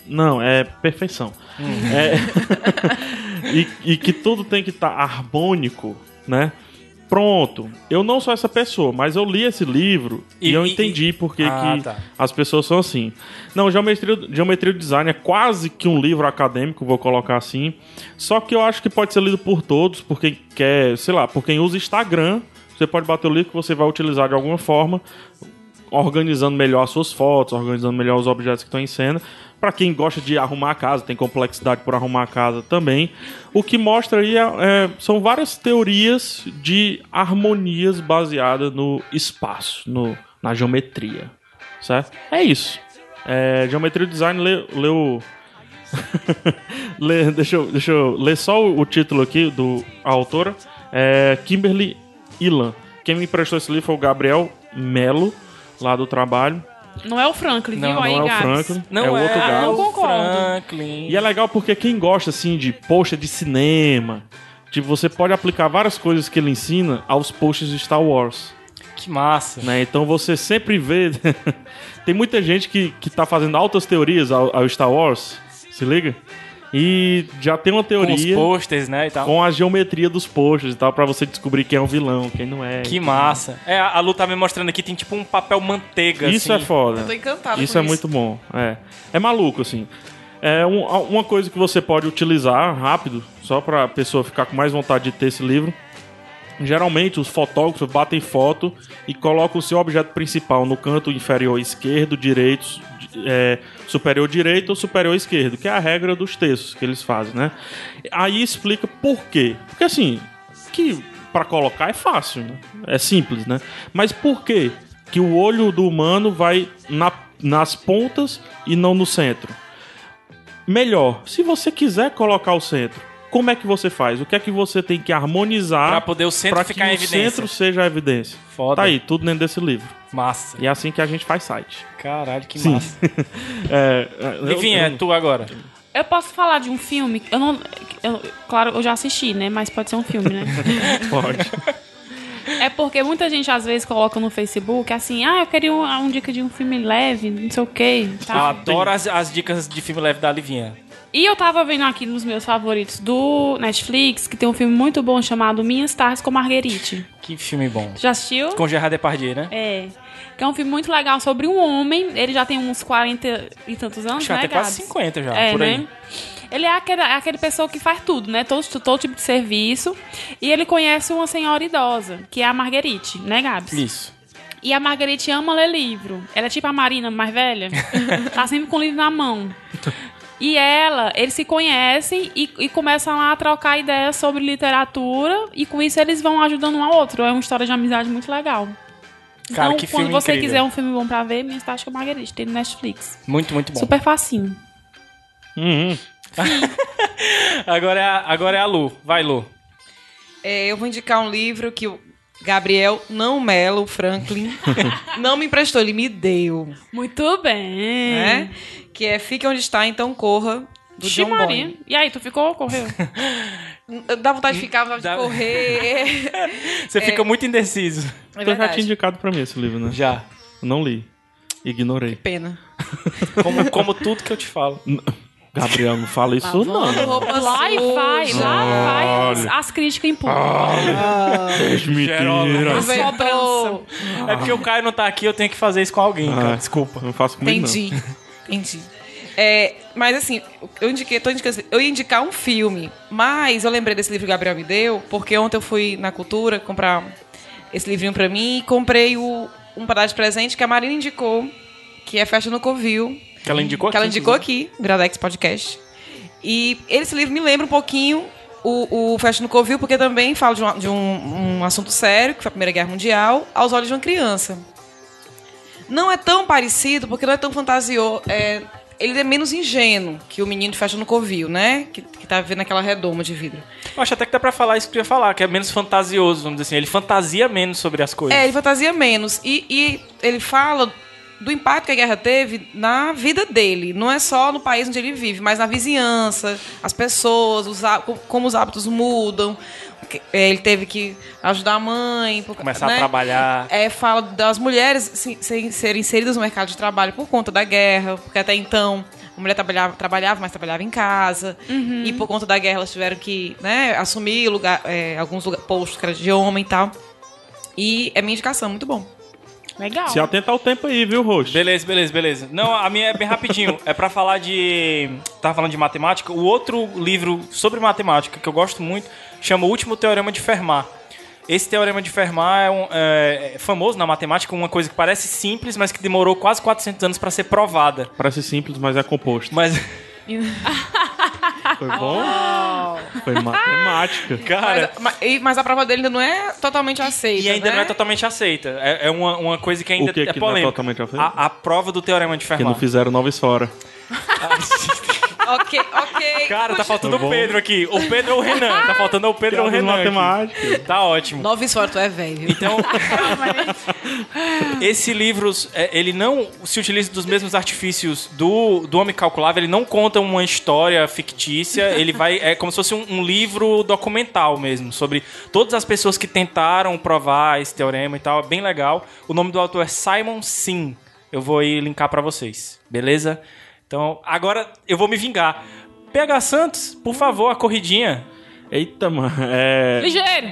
não, é perfeição.
Hum.
É- e, e que tudo tem que estar harmônico, né? Pronto. Eu não sou essa pessoa, mas eu li esse livro e,
E-
eu
e-
entendi por que,
Ah,
que
tá.
as pessoas são assim. Não, Geometria, Geometria do Design é quase que um livro acadêmico, vou colocar assim. Só que eu acho que pode ser lido por todos, por quem quer, sei lá, por quem usa Instagram. Você pode bater o livro que você vai utilizar de alguma forma organizando melhor as suas fotos, organizando melhor os objetos que estão em cena. Pra quem gosta de arrumar a casa, tem complexidade por arrumar a casa também. O que mostra aí é- é- são várias teorias de harmonias baseadas no espaço, no, na geometria. Certo? É isso. É, geometria e Design leu. leu Lê- deixa, eu, deixa eu ler só o, o título aqui do a autora. É Kimberly Ilan. Quem me emprestou esse livro foi o Gabriel Melo, lá do trabalho.
Não é o Franklin,
Não,
viu
não
aí,
Não é o
Gabs?
Franklin, é o
é
outro
o
Gabs.
concordo.
Franklin.
E é legal porque quem gosta, assim, de poxa de cinema, tipo, você pode aplicar várias coisas que ele ensina aos posts de Star Wars.
Que massa.
né? Então você sempre vê. Tem muita gente que, que tá fazendo altas teorias ao, ao Star Wars, se liga? E já tem uma
Com os
teoria com,
posters, né, e tal.
a geometria dos posts e tal, pra você descobrir quem é o vilão, quem não é.
Que massa. É, a a Lu tá me mostrando aqui, tem tipo um papel manteiga,
Isso
assim.
é foda.
Eu tô encantada
Isso
com
é muito bom. É, é maluco, assim. É um- uma coisa que você pode utilizar rápido, só pra pessoa ficar com mais vontade de ter esse livro. Geralmente os fotógrafos batem foto e colocam o seu objeto principal no canto inferior esquerdo, direito, su- é, superior direito ou superior esquerdo, que é a regra dos textos que eles fazem, né? Aí explica por quê. Porque assim, que para colocar é fácil, né? É simples, né? Mas por quê que o olho do humano vai na- nas pontas e não no centro? Melhor, se você quiser colocar o centro, como é que você faz? O que é que você tem que harmonizar?
Pra poder o centro
pra
ficar
que
em
o
evidência.
centro seja a evidência.
Foda.
Tá aí, tudo dentro desse livro.
Massa.
E é assim que a gente faz site.
Caralho, que
Sim.
massa.
É, é,
Enfim,
eu-
é tu agora.
Eu posso falar de um filme? Eu não. eu- claro, eu já assisti, né? Mas pode ser um filme, né?
Pode.
É porque muita gente às vezes coloca no Facebook assim, ah, eu queria um, um dica de um filme leve, não sei o quê.
Eu
Tá?
adoro as, as dicas de filme leve da Livinha.
E eu tava vendo aqui nos meus favoritos do Netflix, que tem um filme muito bom chamado Minhas Tardes com Marguerite.
Que filme bom.
Já assistiu?
Com Gerard Depardieu, né?
É. Que é um filme muito legal sobre um homem. Ele já tem uns 40 e tantos anos,
Acho que é
né,
até quase
Gabs?
50 já,
É,
Ah, por aí.
né? Ele é aquele, é aquele pessoa que faz tudo, né? Todo, todo tipo de serviço. E ele conhece uma senhora idosa, que é a Marguerite, né, Gabs?
Isso.
E a Margarete ama ler livro. Ela é tipo a Marina mais velha. tá sempre com o livro na mão. E ela, eles se conhecem e, e começam a trocar ideias sobre literatura. E com isso eles vão ajudando um ao outro. É uma história de amizade muito legal.
Cara,
então,
que
quando
filme
você
incrível.
quiser um filme bom pra ver, minha estática Margarete, tem no Netflix.
Muito, muito bom.
Super facinho.
Uhum.
Agora é, a, agora é a Lu. Vai, Lu.
É, eu vou indicar um livro que o Gabriel, não Melo, Franklin, não me emprestou, ele me deu,
Muito bem.
né? Que é Fique Onde Está, Então Corra, do
Vixe,
John Boyne.
Maria. E aí, tu ficou ou correu?
N- Dá vontade de ficar, vontade
Dá-
de correr.
Você fica muito indeciso.
É
Tu já tinha
verdade.
indicado pra mim esse livro, né?
Já.
Não li. Ignorei.
Pena.
Como, como tudo que eu te falo.
Gabriel, não fala isso não.
Roupa
lá e vai,
suja.
lá vai as,
Olha.
as críticas em público.
Mentira.
Aproveitou.
É porque o Caio não tá aqui, eu tenho que fazer isso com alguém, cara.
Ah,
Desculpa.
Não faço comigo, não.
Entendi. Entendi. É, mas assim, eu indiquei, tô indicando, eu ia indicar um filme, mas eu lembrei desse livro que o Gabriel me deu, porque ontem eu fui na Cultura comprar esse livrinho pra mim e comprei o, um pedaço de presente que a Marina indicou, que é Festa no Covil,
Que ela indicou
que ela
aqui,
indicou aqui, no Iradex Podcast. E esse livro me lembra um pouquinho o, o Festa no Covil, porque também fala de, um, de um- um assunto sério, que foi a Primeira Guerra Mundial, aos olhos de uma criança. Não é tão parecido, porque não é tão fantasioso. É, ele é menos ingênuo que o menino de festa no covil, né? Que, que tá vendo aquela redoma de vidro.
Eu acho até que dá pra falar isso que eu ia falar, que é menos fantasioso, vamos dizer assim. Ele fantasia menos sobre as coisas.
É, ele fantasia menos. E, e ele fala do impacto que a guerra teve na vida dele. Não é só no país onde ele vive, mas na vizinhança, as pessoas, os há- co- como os hábitos mudam. Que- é, Ele teve que ajudar a mãe. por-
Começar a
né?
trabalhar.
É, fala das mulheres se- se- serem inseridas no mercado de trabalho por conta da guerra, porque até então a mulher trabalhava, trabalhava mas trabalhava em casa. E por conta da guerra elas tiveram que né, assumir lugar, é, alguns lugar- postos que era de homem e tal. E é minha indicação, muito bom.
Legal.
Se atenta ao tempo aí, viu, Roxo?
Beleza, beleza, beleza. Não, a minha é bem rapidinho. É pra falar de. Tava falando de matemática. O outro livro sobre matemática que eu gosto muito chama O Último Teorema de Fermat. Esse teorema de Fermat é, um, é- é famoso na matemática, uma coisa que parece simples, mas que demorou quase 400 anos pra ser provada.
Parece simples, mas é composto.
Mas,
Foi bom? Foi matemática.
cara.
Mas, ma- e- mas a prova dele ainda não é totalmente aceita.
E ainda
né?
não é totalmente aceita. É, é uma, uma coisa que ainda
O que
é
que não é
polêmica.
totalmente aceita?
a, a prova do teorema de
Que não
Fermat.
fizeram noves fora.
Ok, ok.
Cara, tá faltando
Tá bom.
o Pedro aqui. O Pedro ou o Renan. Tá faltando o Pedro ou o
Piadas
Renan. aqui.
matemática.
Tá ótimo.
Nove fora, tu é velho. viu?
Então, esse livro, é, ele não se utiliza dos mesmos artifícios do, do Homem Calculável, ele não conta uma história fictícia, ele vai, é como se fosse um, um livro documental mesmo, sobre todas as pessoas que tentaram provar esse teorema e tal, é bem legal. O nome do autor é Simon Sim, eu vou aí linkar pra vocês, beleza? Então, agora eu vou me vingar. PH Santos, por favor, a corridinha.
Eita, mano. É...
Ligeiro.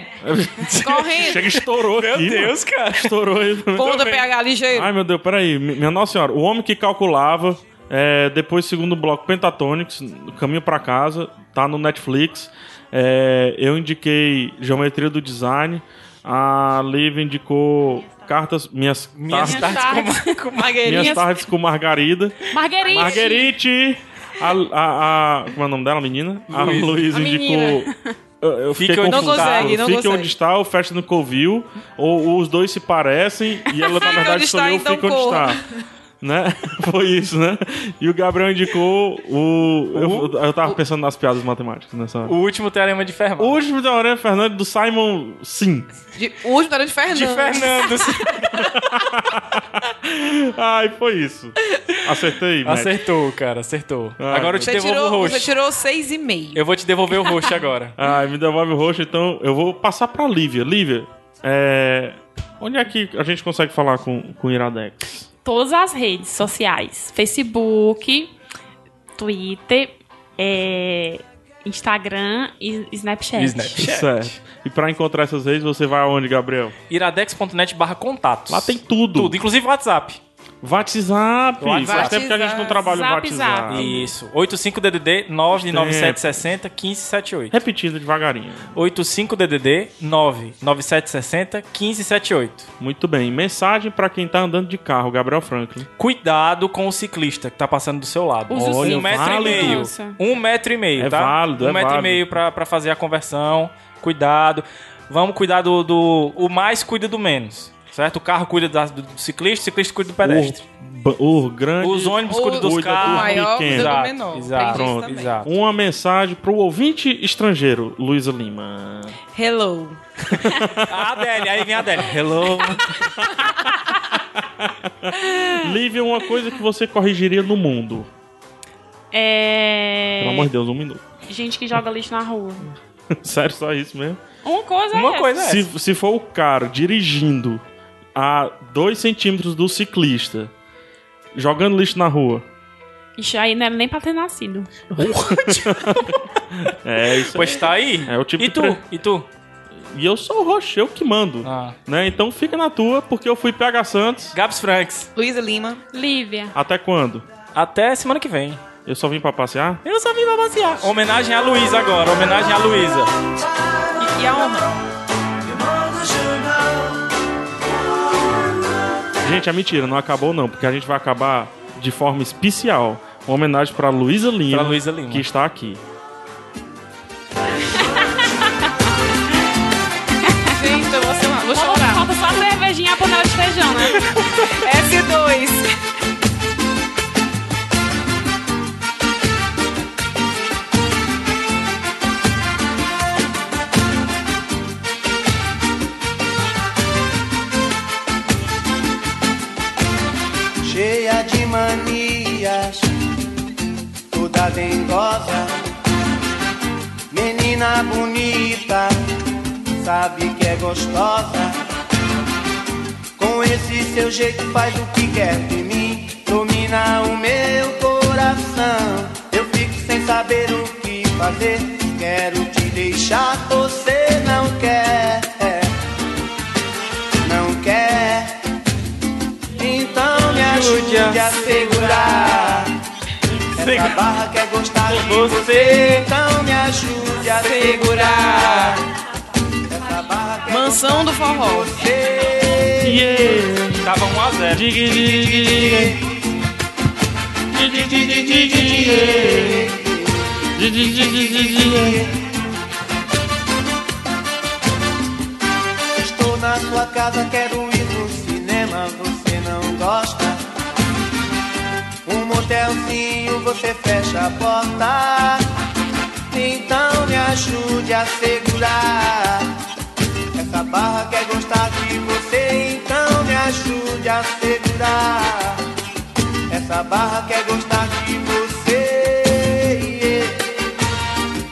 Correndo.
Chega, estourou aqui. mano.
cara.
Estourou aí.
Conta PH ligeiro.
Ai, meu Deus, peraí. Mi- Minha Nossa Senhora, o homem que calculava, é, depois segundo bloco Pentatonics, Caminho pra Casa, tá no Netflix. É, eu indiquei Geometria do Design, a Liv indicou Cartas, Minhas,
Minhas
tar-
tardes
Ah,
com-
minhas
Marguerinha.
tardes com Margarida.
Marguerite.
Marguerite! A, a, a- como é o nome dela, menina? A
Luísa.
Luísa
A
indicou. Eu, eu fiquei
Fique onde
confuso.
está. Não consegue, não
Fique
consegue.
onde está, o Festa no Covil, ou os dois se parecem, e ela na
Fique
verdade
onde está,
escolheu
então
Fica onde
corra.
está. Né? Foi isso, né? E o Gabriel indicou o. Eu, eu tava pensando nas piadas matemáticas nessa hora.
O último teorema de Fermat.
O último da Aurélia Fernandes do Simon Sim.
De- O último era de Fernando.
de Fernandes.
Ai, foi isso. Acertei, Matt.
acertou, cara, acertou. agora eu te
Você
devolvo
tirou,
o roxo.
você tirou seis e meio.
Eu vou te devolver o roxo agora.
Ai, me devolve o roxo, então eu vou passar pra Lívia. Lívia, é... onde é que a gente consegue falar com, com o Iradex?
Todas as redes sociais. Facebook, Twitter, é, Instagram e Snapchat.
Snapchat. Chat.
Certo. E pra encontrar essas redes, você vai aonde, Gabriel?
Iradex.net barra contatos.
Lá tem tudo.
tudo, inclusive WhatsApp.
WhatsApp.
WhatsApp.
Faz tempo que a gente não trabalha o
Zap, zap.
WhatsApp.
Isso. 85DDD 99760 1578.
Repetindo devagarinho.
85DDD 99760 1578.
Muito bem. Mensagem pra quem tá andando de carro, Gabriel Franklin.
Cuidado com o ciclista que tá passando do seu lado.
Use o
Olha,
cinto
um metro
válido.
e meio.
Nossa.
Um metro e meio,
É
tá?
válido,
um
é
metro
válido.
e meio pra, pra fazer a conversão. Cuidado. Vamos cuidar do, do- O mais cuida do menos. Certo? O carro cuida das- do, do ciclista, o ciclista cuida do pedestre.
O, o grande...
Os ônibus cuidam dos
cuida do
carros.
pequeno.
maior, cuida do
Exato,
menor.
exato.
Tem isso
Pronto,
também.
exato.
Uma mensagem pro ouvinte estrangeiro, Luísa Lima.
Hello.
A Adele, aí vem a Adele. Hello.
Ah.
Lívia, uma coisa que você corrigiria no mundo.
É,
Pelo amor de Deus, um minuto.
Gente que joga lixo na rua.
Sério, só isso mesmo.
Uma coisa é
Uma
essa.
coisa é essa.
Se, se for o cara dirigindo a 2 centímetros do ciclista, jogando lixo na rua.
Ixi, aí não era nem pra ter nascido.
É isso. aí.
Pois tá aí.
É o tipo
e
de
tu?
pre-
E tu?
E eu sou o Roche, eu que mando.
Ah.
Né? Então fica na tua, porque eu fui PH Santos.
Gabs Franks.
Luísa Lima.
Lívia.
Até quando?
Até semana que vem.
Eu só vim pra passear?
Eu só vim pra passear. Homenagem a Luísa agora. Homenagem a Luísa.
E, e a honra.
Gente, é mentira, não acabou não, porque a gente vai acabar de forma especial. Uma homenagem pra Luísa Lima,
Pra Luísa Lima.
que está aqui.
Gente, eu vou assinar. Vou chorar.
Falta só a cervejinha e a panela de feijão, né?
S2.
bonita, dengosa, menina bonita, sabe que é gostosa. Com esse seu jeito faz o que quer de mim, domina o meu coração. Eu fico sem saber o que fazer, quero te deixar, você não quer. Não quer, então me ajude a segurar. Essa barra quer gostar de você, então me ajude a segurar. Essa barra quer
Mansão do forró.
você.
Yeah.
Tava 1x0.
Digue, digue, digue. Digue, digue, digue, digue. Digue, digue, digue, digue.
Estou na sua casa, quero ir no cinema, você não gosta. Um motelzinho, você fecha a porta. Então me ajude a segurar. Essa barra quer gostar de você, então me ajude a segurar. Essa barra quer gostar de você. yeah.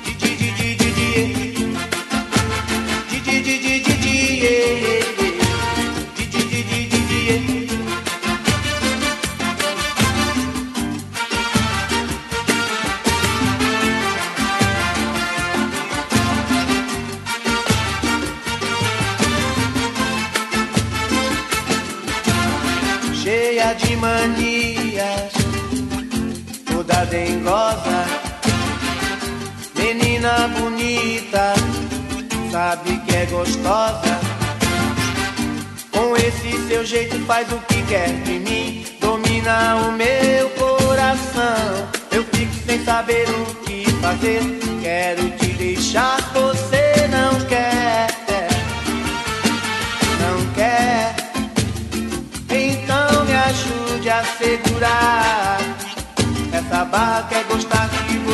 Di, di, di, di, di, di, yeah. Di, di, di, di, di, di, yeah, yeah, yeah. Di, di, di, di, di, di, yeah. Cheia de manias, toda dengosa, menina bonita, sabe que é gostosa. Com esse seu jeito faz o que quer de mim, domina o meu coração. Eu fico sem saber o que fazer, quero te deixar, você não quer. Não quer, então me ajude a segurar. Essa barra quer gostar de você. então é